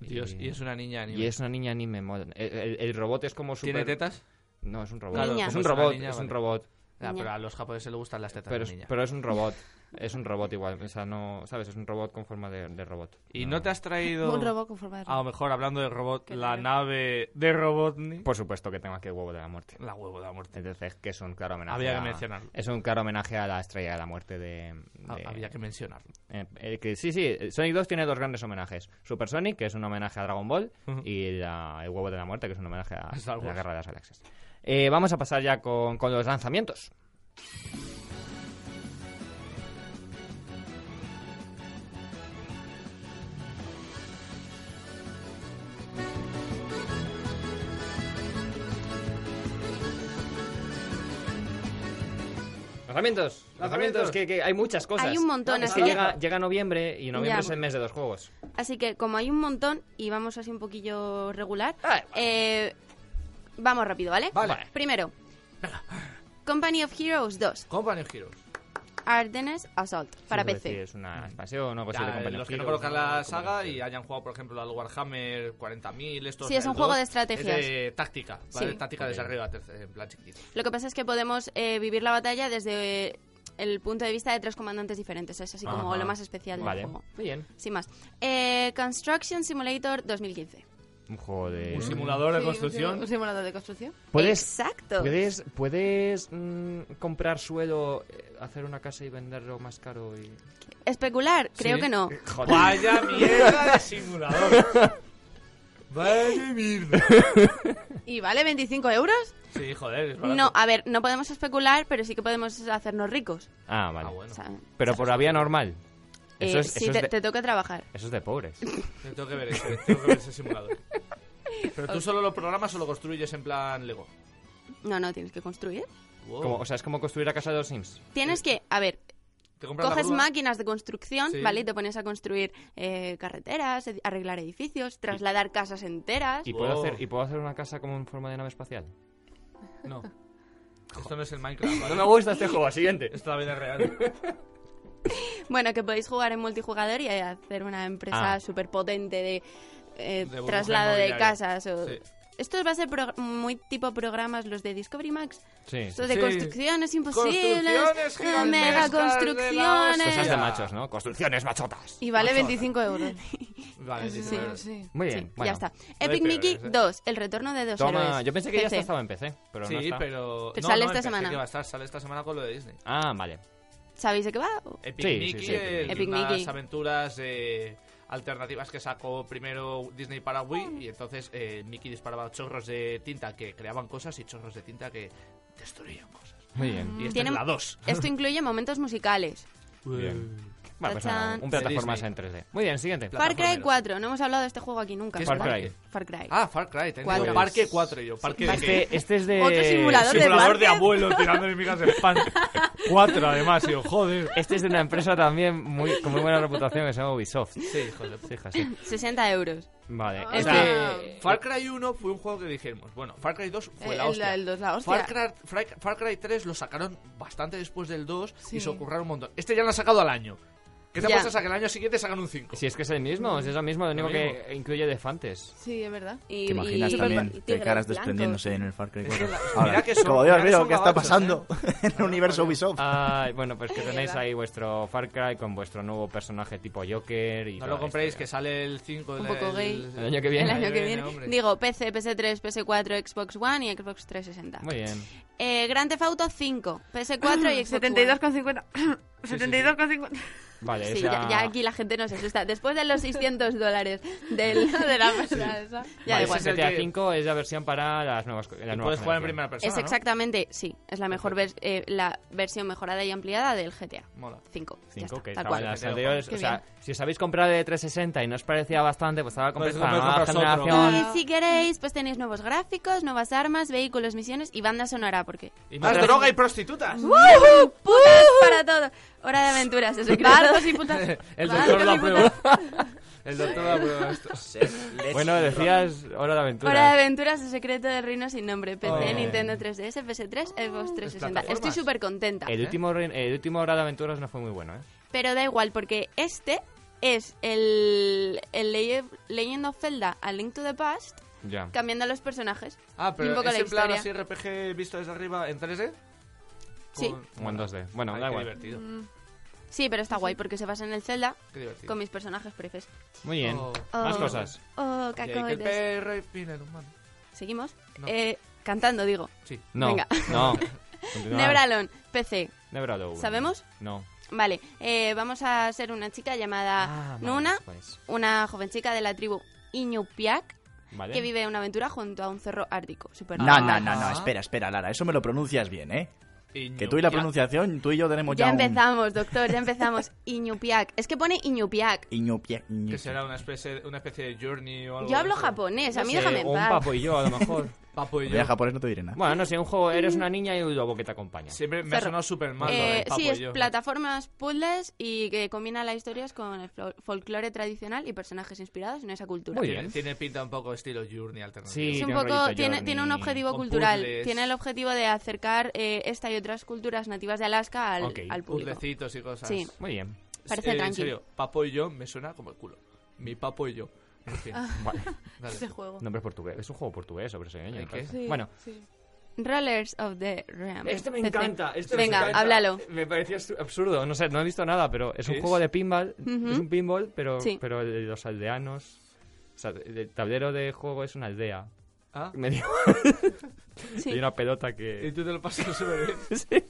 Dios, y es una niña anime. y es una niña anime. mola. El, el- el robot es como ¿Tiene super- tetas? No, es un robot. Claro, Niña. Es como es un una robot, niña, es un vale. robot. Ah, Niña. pero a los japoneses les gustan las tetas Pero de es, niña. pero es un robot. Es un robot igual. O sea, no, ¿sabes? Es un robot con forma de, de robot. ¿Y no te has traído, Un robot con forma de a lo robot. mejor hablando de robot, Qué la raro. nave de Robotnik? Por supuesto que tengo aquí el huevo de la muerte. La huevo de la muerte. Entonces, que es un claro homenaje. Había que a- mencionarlo. Es un claro homenaje a la estrella de la muerte de. Ah, de- Había que mencionarlo. Eh, eh, que sí, sí, eh, Sonic 2 tiene dos grandes homenajes. Super Sonic, que es un homenaje a Dragon Ball, Ujú. y la- el huevo de la muerte, que es un homenaje a, A Star a la Wars. Guerra de las Galaxias. Eh, vamos a pasar ya con, con los lanzamientos. Lanzamientos, lanzamientos, que, que hay muchas cosas. Hay un montón, Es así que que- llega, llega noviembre y noviembre Ya. es el mes de los juegos. Así que como hay un montón y vamos así un poquillo regular, Ah, vale. eh, vamos rápido, ¿vale? Vale. Primero, Company of Heroes 2, Company of Heroes. Ardennes Assault, para Siempre decir, PC. Es una expansión o algo así Ya, eh, de Company los of que no Heroes, conozcan la Company saga of y Heroes. hayan jugado, por ejemplo, al Warhammer 40.000, estos... Sí, es el un juego 2, de estrategias. Es de táctica, ¿vale? Sí. Táctica Ok. desde arriba, terce- eh, en plan chiquitito. Lo que pasa es que podemos eh, vivir la batalla desde eh, el punto de vista de tres comandantes diferentes. Es así como Ajá. lo más especial del Vale, juego. muy bien. Sin más. Eh, Construction Simulator 2015. Un juego de... Un simulador de Sí, un sim- Un construcción. simulador de construcción. ¿Puedes, Exacto. puedes, puedes mm, comprar suelo, eh, hacer una casa y venderlo más caro y... Especular, creo Sí. que Eh, no. Vaya mierda de simulador. Vaya mierda. ¿Y vale 25 euros? Sí, joder, es barato. No, a ver, no podemos especular, pero sí que podemos hacernos ricos. Ah, vale. Ah, bueno. o sea, Pero por la vía normal. eh, Eso, es, sí, eso, te, es de, te toca trabajar. eso es de pobres. Yo tengo que ver ese, tengo que ver ese simulador. Pero tú solo lo programas o lo construyes en plan Lego. No, no, tienes que construir. Wow. Como, o sea, es como construir la casa de los Sims. Tienes que, a ver, Te compras la coges grúa. máquinas de construcción, Sí. ¿vale? Y te pones a construir eh, carreteras, ed- arreglar edificios, trasladar casas enteras. ¿Y, puedo Wow. hacer, ¿Y puedo hacer una casa como en forma de nave espacial? No. Esto no es el Minecraft. ¿vale? No me gusta este juego, siguiente. Esta vida es real. Bueno, que podéis jugar en multijugador y eh, hacer una empresa Ah. súper potente de, eh, burbuja traslado de inmobiliaria. casas. O... Sí. Esto va a ser pro- muy tipo programas los de Discovery Max. Sí. Esto de Sí. construcciones imposibles, Construcciones eh, gigantescas mega de la hostia. Cosas de Ya. construcciones. machos, ¿no? Construcciones machotas. Y vale Ocho 25 euros. Vale, Sí, sí, sí. sí. Muy Sí, bien, bueno. ya está. hay Epic peores, Mickey ¿eh? 2, el retorno de dos Toma, héroes. yo pensé que ya PC. esta estaba en PC, pero no Sí, está. pero... Pero no, sale esta no, empecé semana. que va a estar, sale esta semana con lo de Disney. Ah, vale. ¿Sabéis de qué va? O- Epic Sí, Mickey, sí, sí, eh, Epic unas Mickey. aventuras eh, alternativas que sacó primero Disney para Wii y entonces eh, Mickey disparaba chorros de tinta que creaban cosas y chorros de tinta que destruían cosas. Muy bien. Y esta Tiene- es la 2. Esto incluye momentos musicales. Bien. Bueno, pues nada, Tachán. un plataformas De en 3D. Muy bien, siguiente. Far Cry Plataformeros. 4, no hemos hablado de este juego aquí nunca. ¿Qué es Far ¿verdad? Cry. Far Cry. Ah, Far Cry. te Cuatro. entiendo. Parque 4 yo. Parque de qué? Este, este es de... Otro simulador de Eh, Simulador de parque. abuelo tirándole migas de pan. 4 además, yo, joder. Este es de una empresa también muy, con muy buena reputación que se llama Ubisoft. Sí, hijo de puta. Fija, sí. 60 euros. Vale. Ah. Este... Este, Far Cry 1 fue un juego que dijimos, bueno, Far Cry 2 fue Eh, El- la el- hostia. el dos, la hostia. Far, Cry, Far- Far Cry 3 lo sacaron bastante después del 2 Sí. y se ocurraron un montón. Este ya lo han sacado al año. ¿Qué te Ya. pasa que el año siguiente sacan un 5? Si es que es el mismo, si es lo mismo, lo único que incluye elefantes. Sí, es verdad. Y, ¿Te imaginas y- y también te tigres caras blancos. desprendiéndose en el Far Cry Es que 4? la- Ahora, mira que son- como mira Dios que mío, son Ah, ¿qué está gabachos, ¿eh? pasando en el universo coño. Ubisoft? Ay, bueno, pues que tenéis verdad. ahí vuestro Far Cry con vuestro nuevo personaje tipo Joker y no toda lo la compréis, que historia. sale el 5 Un poco gay. El año que viene. El año que Viene, viene. hombre. Digo, PC, PS3, PS4, Xbox One y Xbox 360. Muy bien. Eh, Grand Theft Auto 5, PS4 y Xbox 72. 72,50. 72,50. Vale, Sí, esa- ya, ya aquí la gente nos asusta. Después de los 600 dólares del, de la pasada esa, ya da igual. Vale, ese ese es el GTA que- 5 es la versión para las nuevas. co- La Y nueva puedes jugar en generación. primera persona. Es ¿no? exactamente, sí, es la mejor vers- eh, la versión mejorada y ampliada del GTA Mola. 5. ya 5 está, tal que estaba cual. en las Qué anteriores. bien. O sea, si os habéis comprado de 360 y no os parecía bastante, pues estaba Pues comprando la me nueva compras otro. generación. Y si queréis, pues tenéis nuevos gráficos, nuevas armas, vehículos, misiones y banda sonora, porque... Y más Otra- droga y prostitutas. ¡Putas para todo! Hora de aventuras, es lo que Bardos y putas. El Vale, doctor la mi puta. prueba. El doctor la prueba esto. Bueno, decías Hora de Aventura. Hora de aventuras, el secreto del reino sin nombre. PC, Oh. Nintendo 3DS, PS3, Xbox 360. plataformas. Estoy súper contenta. El último, rein- el último Hora de Aventuras no fue muy bueno, ¿eh? Pero da igual, porque este es el, el Le- Legend of Zelda, A Link to the Past, Ya. cambiando los personajes. Ah, Y pero un poco es la en plan historia. así RPG visto desde arriba en 3D. Sí. Mm. Con- Como en 2D. Bueno, Ay, da qué igual. divertido. Sí, pero está guay, porque se basa en el Zelda Qué divertido. con mis personajes prefes. Muy bien. Oh. Más Oh. cosas. Oh, Y ahí que el cacoides. perro y pina el humano. ¿Seguimos? No. Eh, cantando, digo. Sí. No. Venga. No. Ah. Nebralon, PC. Nebralo. ¿Sabemos? No. Vale, eh, vamos a ser una chica llamada Ah, vale, Nuna, ¿cuál es? una joven chica de la tribu Iñupiak, Vale. que vive una aventura junto a un cerro ártico. ah, Super No, no, no, no, espera, espera, Lara, eso me lo pronuncias bien, ¿eh? Que tú y la pronunciación, tú y yo tenemos Ya ya, un- empezamos, doctor, ya empezamos. Iñupiak. Es que pone Iñupiak. Iñopia- Iñopia. ah, Que será una especie, de- una especie de journey o algo. Yo hablo de eso. japonés, a No mí sé, déjame o en un paz. papo y yo, a lo mejor. Papo y Cuando yo. vaya a japonés no te diré nada. bueno, no sé, un juego. Mm. Eres una niña y un lobo que te acompaña. Siempre me ha Cerro. sonado súper mal. lo Eh, del papo sí, y es yo. plataformas puzzles y que combina las historias con el fol- folclore tradicional y personajes inspirados en esa cultura. Muy Tiene, bien. tiene pinta un poco estilo journey alternativo. Es Sí. un tiene un poco, rollito tiene, Journey, tiene un objetivo con cultural. puzzles. Tiene el objetivo de acercar eh, esta y otras culturas nativas de Alaska al, Ok, al público. Puzzlecitos y cosas. Sí. Muy bien. Parece Eh, En tranqui. serio, papo y yo me suena como el culo. Mi papo y yo. En fin. Ah, Vale. Dale. Ese juego. Nombre portugués. Es un juego portugués o brasileño. ¿El me qué? parece. Sí, Bueno. sí. Eh, Rollers of the Realm. Este me PC. encanta. este me Venga, encanta. háblalo. Me parecía absu- absurdo. No sé, no he visto nada, pero es un ¿Es? juego de pinball. Ujú. Es un pinball, pero, Sí. pero de los aldeanos. O sea, el tablero de juego es una aldea. Ah, Eh. Me dio- Sí. y una pelota y que. tú te lo pasas súper bien.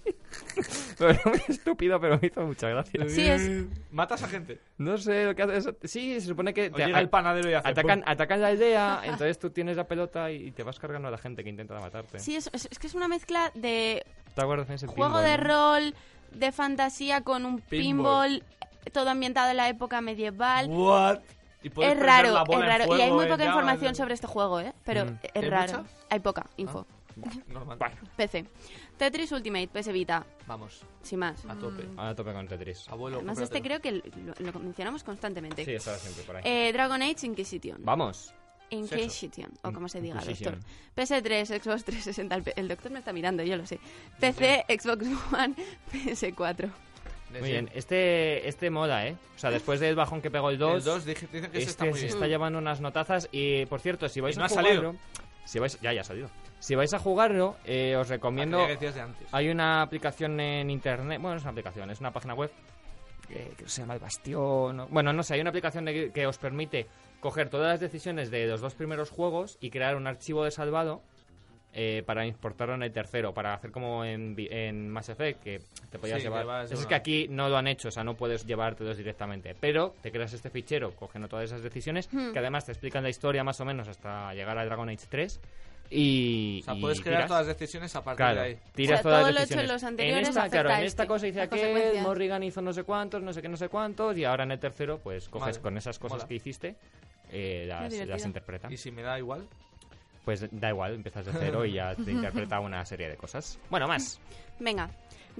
Pero muy estúpido, pero me hizo mucha gracia. Eh. Sí, es- Matas a gente. No sé lo que hace. eso- Sí, se supone que. O te- llega el panadero y hace... pues. Atacan, ¡pum! atacan la aldea, entonces tú tienes la pelota y te vas cargando a la gente que intenta matarte. Sí, es, es- es que es una mezcla de ¿Te acuerdas en ese juego pinball, de no? rol, de fantasía con un Pinball. pinball, todo ambientado en la época medieval. What? Y puedes Es prender raro, la es bola en raro. Y fuego, hay muy en poca llamas, información en- sobre este juego, ¿eh? Pero Mm. es ¿Hay raro. mucha? Ah. Hay poca info. Normal. PC. Tetris Ultimate, PS Vita, Vamos, sin más. a tope. Ahora tope con Tetris. Abuelo, Además, este creo que lo, lo mencionamos constantemente. Sí, estaba siempre por ahí. Eh, Dragon Age Inquisition. Vamos. Inquisition, o como se diga, Inquisition. doctor. PS3, Xbox 360, el, pe- el doctor me está mirando, yo lo sé. PC, Xbox One, PS4. Muy bien, este, este mola, ¿eh? O sea, después del bajón que pegó el 2, El 2 dije- dicen que este se está muy se bien. Mm. está llevando unas notazas. Y por cierto, si vais Y no a ha salido. jugarlo, si vais, ya, ya ha salido. Si vais a jugarlo, eh, os recomiendo. Aquella Ah, que decías de antes. Hay una aplicación en internet, bueno, no es una aplicación, es una página web eh, que se llama El Bastión. o- Bueno, no sé, hay una aplicación de- que os permite coger todas las decisiones de los dos primeros juegos y crear un archivo de salvado eh, para importarlo en el tercero, para hacer como en, vi- en Mass Effect, que te podías Sí, llevar. que vas Eso es una- que aquí no lo han hecho, o sea, no puedes llevártelos directamente, pero te creas este fichero cogiendo todas esas decisiones que además te explican la historia más o menos hasta llegar a Dragon Age 3. Y, O sea, y puedes crear tiras. todas las decisiones a partir Claro, de ahí. tiras O sea, todas todo las lo hecho en decisiones. los anteriores En esta, afecta claro, a en este, esta cosa dice las aquel, consecuencias. Morrigan hizo no sé cuántos, no sé qué, no sé cuántos, y ahora en el tercero, pues coges Vale, con esas cosas mola. que hiciste, eh, las, divertido. las interpretas. Y si me da igual. Pues da igual, empiezas de cero y ya te interpreta una serie de cosas. Bueno, más. Venga,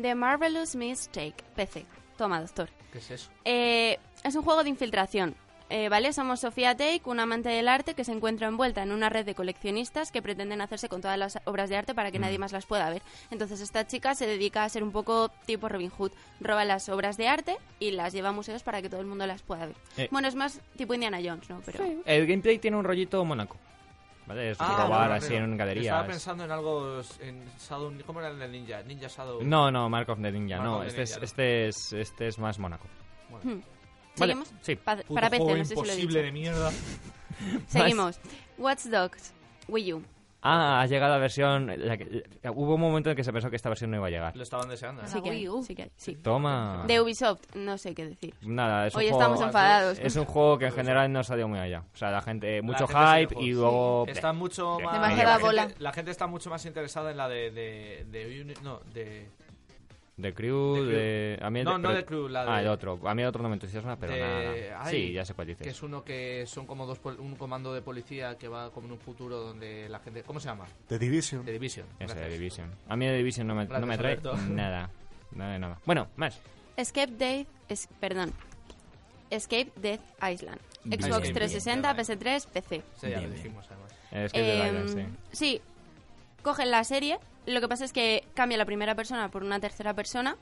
The Marvelous Mistake, PC. Toma, doctor. ¿Qué es eso? Eh, es un juego de infiltración. eh, ¿Vale? Somos Sofía Take, una amante del arte que se encuentra envuelta en una red de coleccionistas que pretenden hacerse con todas las obras de arte para que Mm. nadie más las pueda ver. Entonces esta chica se dedica a ser un poco tipo Robin Hood. Roba las obras de arte y las lleva a museos para que todo el mundo las pueda ver. Eh. Bueno, es más tipo Indiana Jones, ¿no? Pero... El gameplay tiene un rollito Mónaco. Ah, ¿Vale? Es robar Ah, vale, así vale. en Estaba galerías. pensando en algo. En Shadow, ¿Cómo era el de Ninja? Ninja Shadow. No, no, Mark of the Ninja, Mark no. of the este, Ninja, es, no. este, es, este es más Mónaco. Bueno, Vale, ¿Seguimos? sí. Pa- puto para PC, juego no sé si lo he imposible dicho. de mierda. Seguimos. Watch Dogs, Wii U. Ah, ha llegado la versión. la que- la- hubo un momento en que se pensó que esta versión no iba a llegar. Lo estaban deseando. ¿eh? Sí que hay, Ah, Wii U. sí que hay, sí. Ah. Toma. De Ubisoft, no sé qué decir. Nada, es un Hoy juego- estamos enfadados. Es un juego que en general no ha salido muy allá. O sea, la gente. La Mucho gente se hype quejó, y sí. luego. Está mucho Bleh. más. Demasiada la gente- bola. la gente está mucho más interesada en la de. de, de Uni- no, de. De Crew, de Crew. de. A mí el No, de- no pero- de Crew, la de. Ah, el otro. A mí el otro no me entusiasma, pero de- nada. ay, Sí, ya sé cuál dices. Que es uno que son como dos. pol- Un comando de policía que va como en un futuro donde la gente. ¿Cómo se llama? The Division. De Division. Ese de gracias. Division. A mí de Division no me, no me trae Gracias, Alberto. nada. Nada de nada. Bueno, más. Escape Date, es, perdón. Escape Death Island. Bien. Xbox Bien. 360, PS3, PC. Sí, ya lo Bien, bien. dijimos además. Es que es de Em, Dylan, sí. sí, cogen la serie. Lo que pasa es que cambia la primera persona por una tercera persona,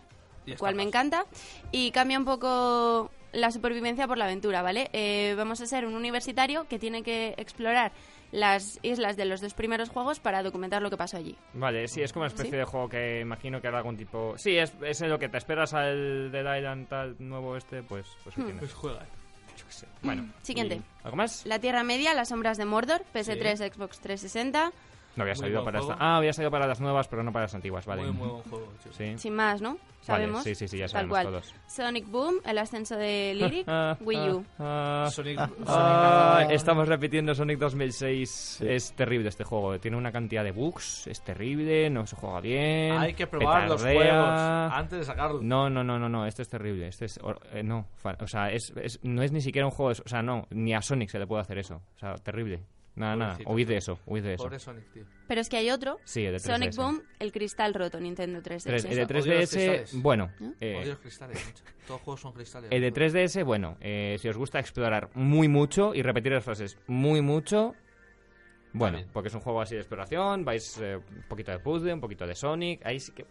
Y lo está cual me más. encanta. Y cambia un poco la supervivencia por la aventura, ¿vale? Eh, vamos a ser un universitario que tiene que explorar las islas de los dos primeros juegos para documentar lo que pasó allí. Vale, sí, es como una especie de juego que imagino que hará algún tipo. Sí, es, es lo que te esperas al Dead Island tal nuevo este, pues, pues ¿qué tienes? Pues juega. Yo qué sé. Bueno. Hmm. Siguiente. y- ¿Algo más? La Tierra Media, las sombras de Mordor, PS3, Xbox 360. No había Muy salido buen para juego. esta- Ah, había salido para las nuevas, pero no para las antiguas, vale. Muy, muy buen juego, tío. Sí. Sin más, ¿no? Sabemos. sí, sí, sí, ya Tal sabemos cual. todos. Sonic Boom, el ascenso de Lyric, Wii U. Ah, ah, Sonic. Sonic- ah, estamos repitiendo Sonic 2006. Es terrible este juego. Tiene una cantidad de bugs. Es terrible. No se juega bien. Hay que probar los Ah, petardea. juegos Ah, antes de sacarlos. No, no, no, no, no, este es terrible. Este es. or- eh, no, fa- o sea, es, es- no es ni siquiera un juego. es- O sea, no, ni a Sonic se le puede hacer eso. O sea, terrible. Nada, nada. Pobrecito. Huid de eso, huid de eso. Pobre Sonic, tío. Pero es que hay otro. Sí, el de 3DS. Sonic Boom, el cristal roto, Nintendo 3DS. Tres- el de Odio los 3DS, cristales. bueno. ¿No? eh, Odio los cristales, macho. Todos los juegos son cristales. el de 3DS, bueno. eh, si os gusta explorar muy mucho y repetir las frases muy mucho. Bueno, También. porque es un juego así de exploración. Vais eh, un poquito de puzzle, un poquito de Sonic. Ahí sí que.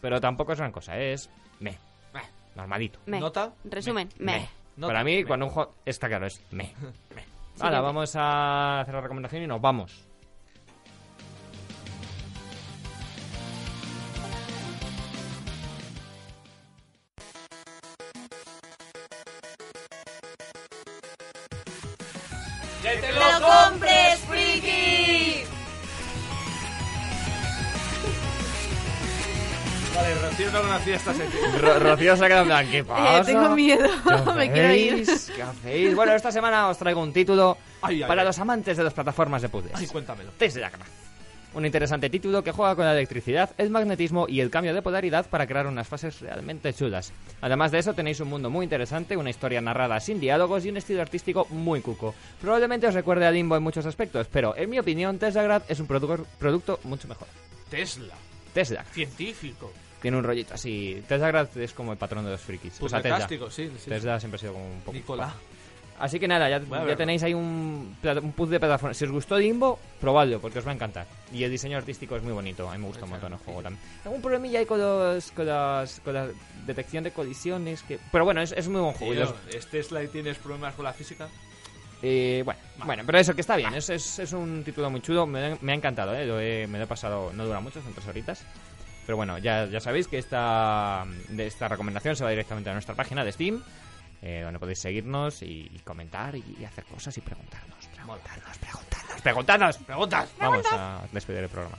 Pero tampoco es gran cosa, es. Meh. Meh. Normalito. Meh. ¿Nota? Resumen, Meh. meh. No, Para mí, me- cuando un juego. Está claro, es me. Ahora vamos a hacer la recomendación y nos vamos. ¡No compres, friki! Vale, Rocío no conocía esta sección. Rocío se ha quedado en plan, ¿qué Eh, tengo miedo, me quiero ir. ¿Qué hacéis? Bueno, esta semana os traigo un título Ay, ay, para ay. los amantes de las plataformas de Ay, puzzles. cuéntamelo. Tesla Graph. Un interesante título que juega con la electricidad, el magnetismo y el cambio de polaridad para crear unas fases realmente chulas. Además de eso, tenéis un mundo muy interesante, una historia narrada sin diálogos y un estilo artístico muy cuco. Probablemente os recuerde a Limbo en muchos aspectos, pero en mi opinión, Tesla Graph es un produ- producto mucho mejor. Tesla. Tesla Científico. tiene un rollito así. Tesla Grad es como el patrón de los frikis. O sea, Tesla. Puzzlecástico, sí. sí. Tesla siempre ha sido como un poco. Nicolás. Así que nada, ya, ya verlo. tenéis ahí un, pla- un puzzle de plataformas. Si os gustó Dimbo, probadlo, porque os va a encantar. Y el diseño artístico es muy bonito, a mí me gusta un montón el juego también. Algún problemilla hay con, los, con, las- con la detección de colisiones, que... pero bueno, es, es un muy buen juego. y los- este slide tienes problemas con la física. eh, bueno, bueno, pero eso que está bien, es, es- es un título muy chulo, me, me ha encantado, eh, lo he- me lo he pasado, no dura mucho, son tres horitas. Pero bueno, ya, ya sabéis que esta, de esta recomendación se va directamente a nuestra página de Steam, eh, donde podéis seguirnos y, y comentar y, y hacer cosas y preguntarnos, preguntarnos, preguntarnos, preguntarnos, preguntas. Vamos a despedir el programa.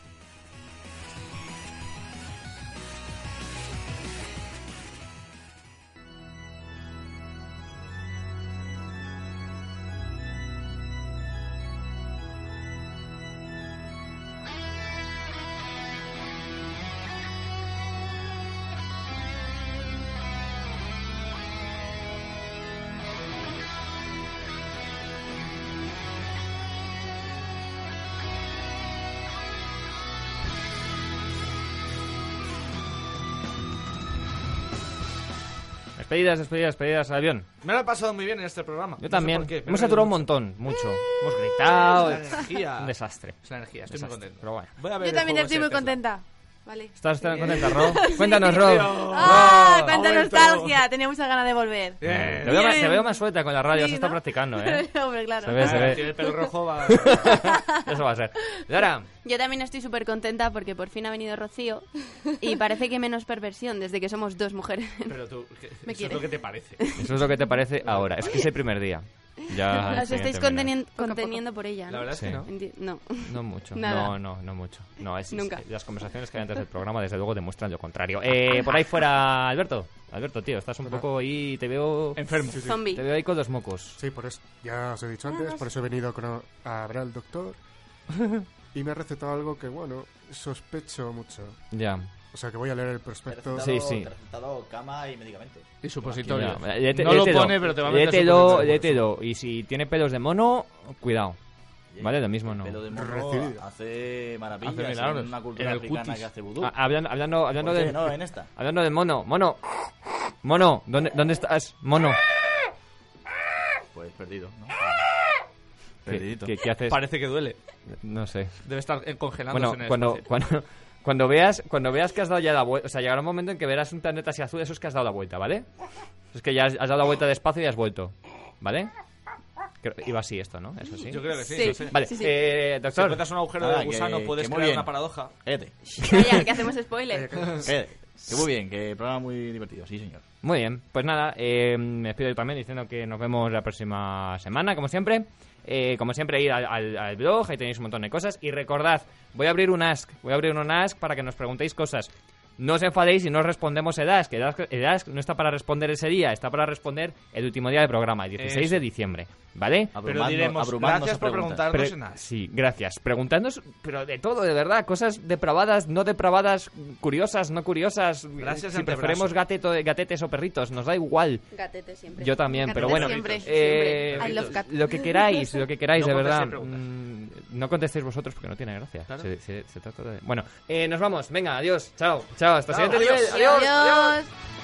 Despedidas, despedidas, despedidas al avión. Me lo he pasado muy bien en este programa. Yo también. No sé por qué, me Hemos he reído saturado un mucho. montón, mucho. Hemos gritado. Eh, Es la energía. Un desastre. Es la energía, estoy muy Desastre, contento. pero bueno. Voy a ver Yo el también juego estoy ese muy de Tesla. contenta. Vale. ¿Estás tan contenta, Ro? Cuéntanos, Ro. Oh, Ro. ¡Ah! ¡Cuánta ha vuelto. nostalgia! Tenía muchas ganas de volver. Bien. Te veo, más, Bien. te veo más suelta con la radio, Sí, se está ¿no? practicando, ¿eh? Hombre, claro. Se ve, se Ah, ve. tiene el pelo rojo, va. Eso va a ser. Lara, Yo también estoy súper contenta porque por fin ha venido Rocío y parece que menos perversión desde que somos dos mujeres. Pero tú, ¿qué- Me eso es quiere. lo que te parece. eso es lo que te parece ahora. Es que es el primer día. Ya. Las estoy estáis terminando. contenien- conteniendo por ella, La ¿no? verdad es Sí. que no. Enti- No. No mucho. Nada. No, no, no mucho. No, es, es- Nunca. las conversaciones que hay antes del programa, desde luego, demuestran lo contrario. Eh, por ahí fuera, Alberto. Alberto, tío, estás un poco ahí. Te veo. Enfermo. Zombie. Te veo ahí con los mocos. Sí, por eso. Ya os he dicho antes, por eso he venido con- a ver al doctor. Y me ha recetado algo que, bueno, sospecho mucho. Ya. O sea, que voy a leer el prospecto. Sí, sí. te ha recetado cama y medicamentos. Y supositorio. Ya, léete- no lo léetelo. pone, pero te va a meter Léetelo, supositorio. léetelo. Y si tiene pelos de mono, cuidado. Vale, lo mismo no. Pelo de mono Recibido. hace maravillas. Hace milagros. En una cultura En el africana cutis. que hace vudú. Ah, hablando, hablando, hablando ¿Por qué de. no eh? en esta? Hablando de mono, mono. Mono, ¿dónde, dónde estás? Mono. Pues perdido, ¿no? Ah. ¿Qué, Perdidito. qué- qué haces? Parece que duele. No sé. Debe estar eh, congelándose Bueno, en el cuando, espacio. cuando, cuando, veas, cuando veas que has dado ya la vuelta. O sea, llegará un momento en que verás un planeta así azul, eso es que has dado la vuelta, ¿vale? Es que ya has, has dado la vuelta despacio y has vuelto, ¿ale? Creo- iba así esto, ¿no? Eso sí. Yo creo que sí. Sí. no sé. Vale, Sí, sí. eh, Si doctor. encuentras un agujero Nada, de gusano, que- puedes que muy crear bien. una paradoja. Cállate. Calla, que hacemos spoiler. Cállate. Que muy bien, que programa muy divertido, sí, señor. Muy bien, pues nada, eh, me despido yo también diciendo que nos vemos la próxima semana, como siempre. Eh, como siempre, ir al, al- al blog, ahí tenéis un montón de cosas. Y recordad, voy a abrir un ask, voy a abrir un ask para que nos preguntéis cosas. No os enfadéis si no os respondemos el ask. El ask, el ask no está para responder ese día, está para responder el último día del programa, el 16 de diciembre, ¿vale? Pero Abrumando- diremos, abrumando gracias esa por pregunta. preguntarnos Pre- en nada. Sí, gracias. Preguntadnos, pero de todo, de verdad. Cosas depravadas, no depravadas, curiosas, no curiosas. Gracias, Si antebrazo. preferimos gateto- gatetes o perritos, nos da igual. Gatete siempre. Yo también, pero Gatetes bueno. siempre, eh, siempre. I love cat. Lo que queráis, lo que queráis, No de verdad. contestéis preguntas. Mm, no contestéis vosotros porque no tiene gracia. Claro. Se, se- se trata de... Bueno, eh, nos vamos. Venga, adiós. Chao. Chao. Hasta el siguiente Adiós. nivel. Adiós.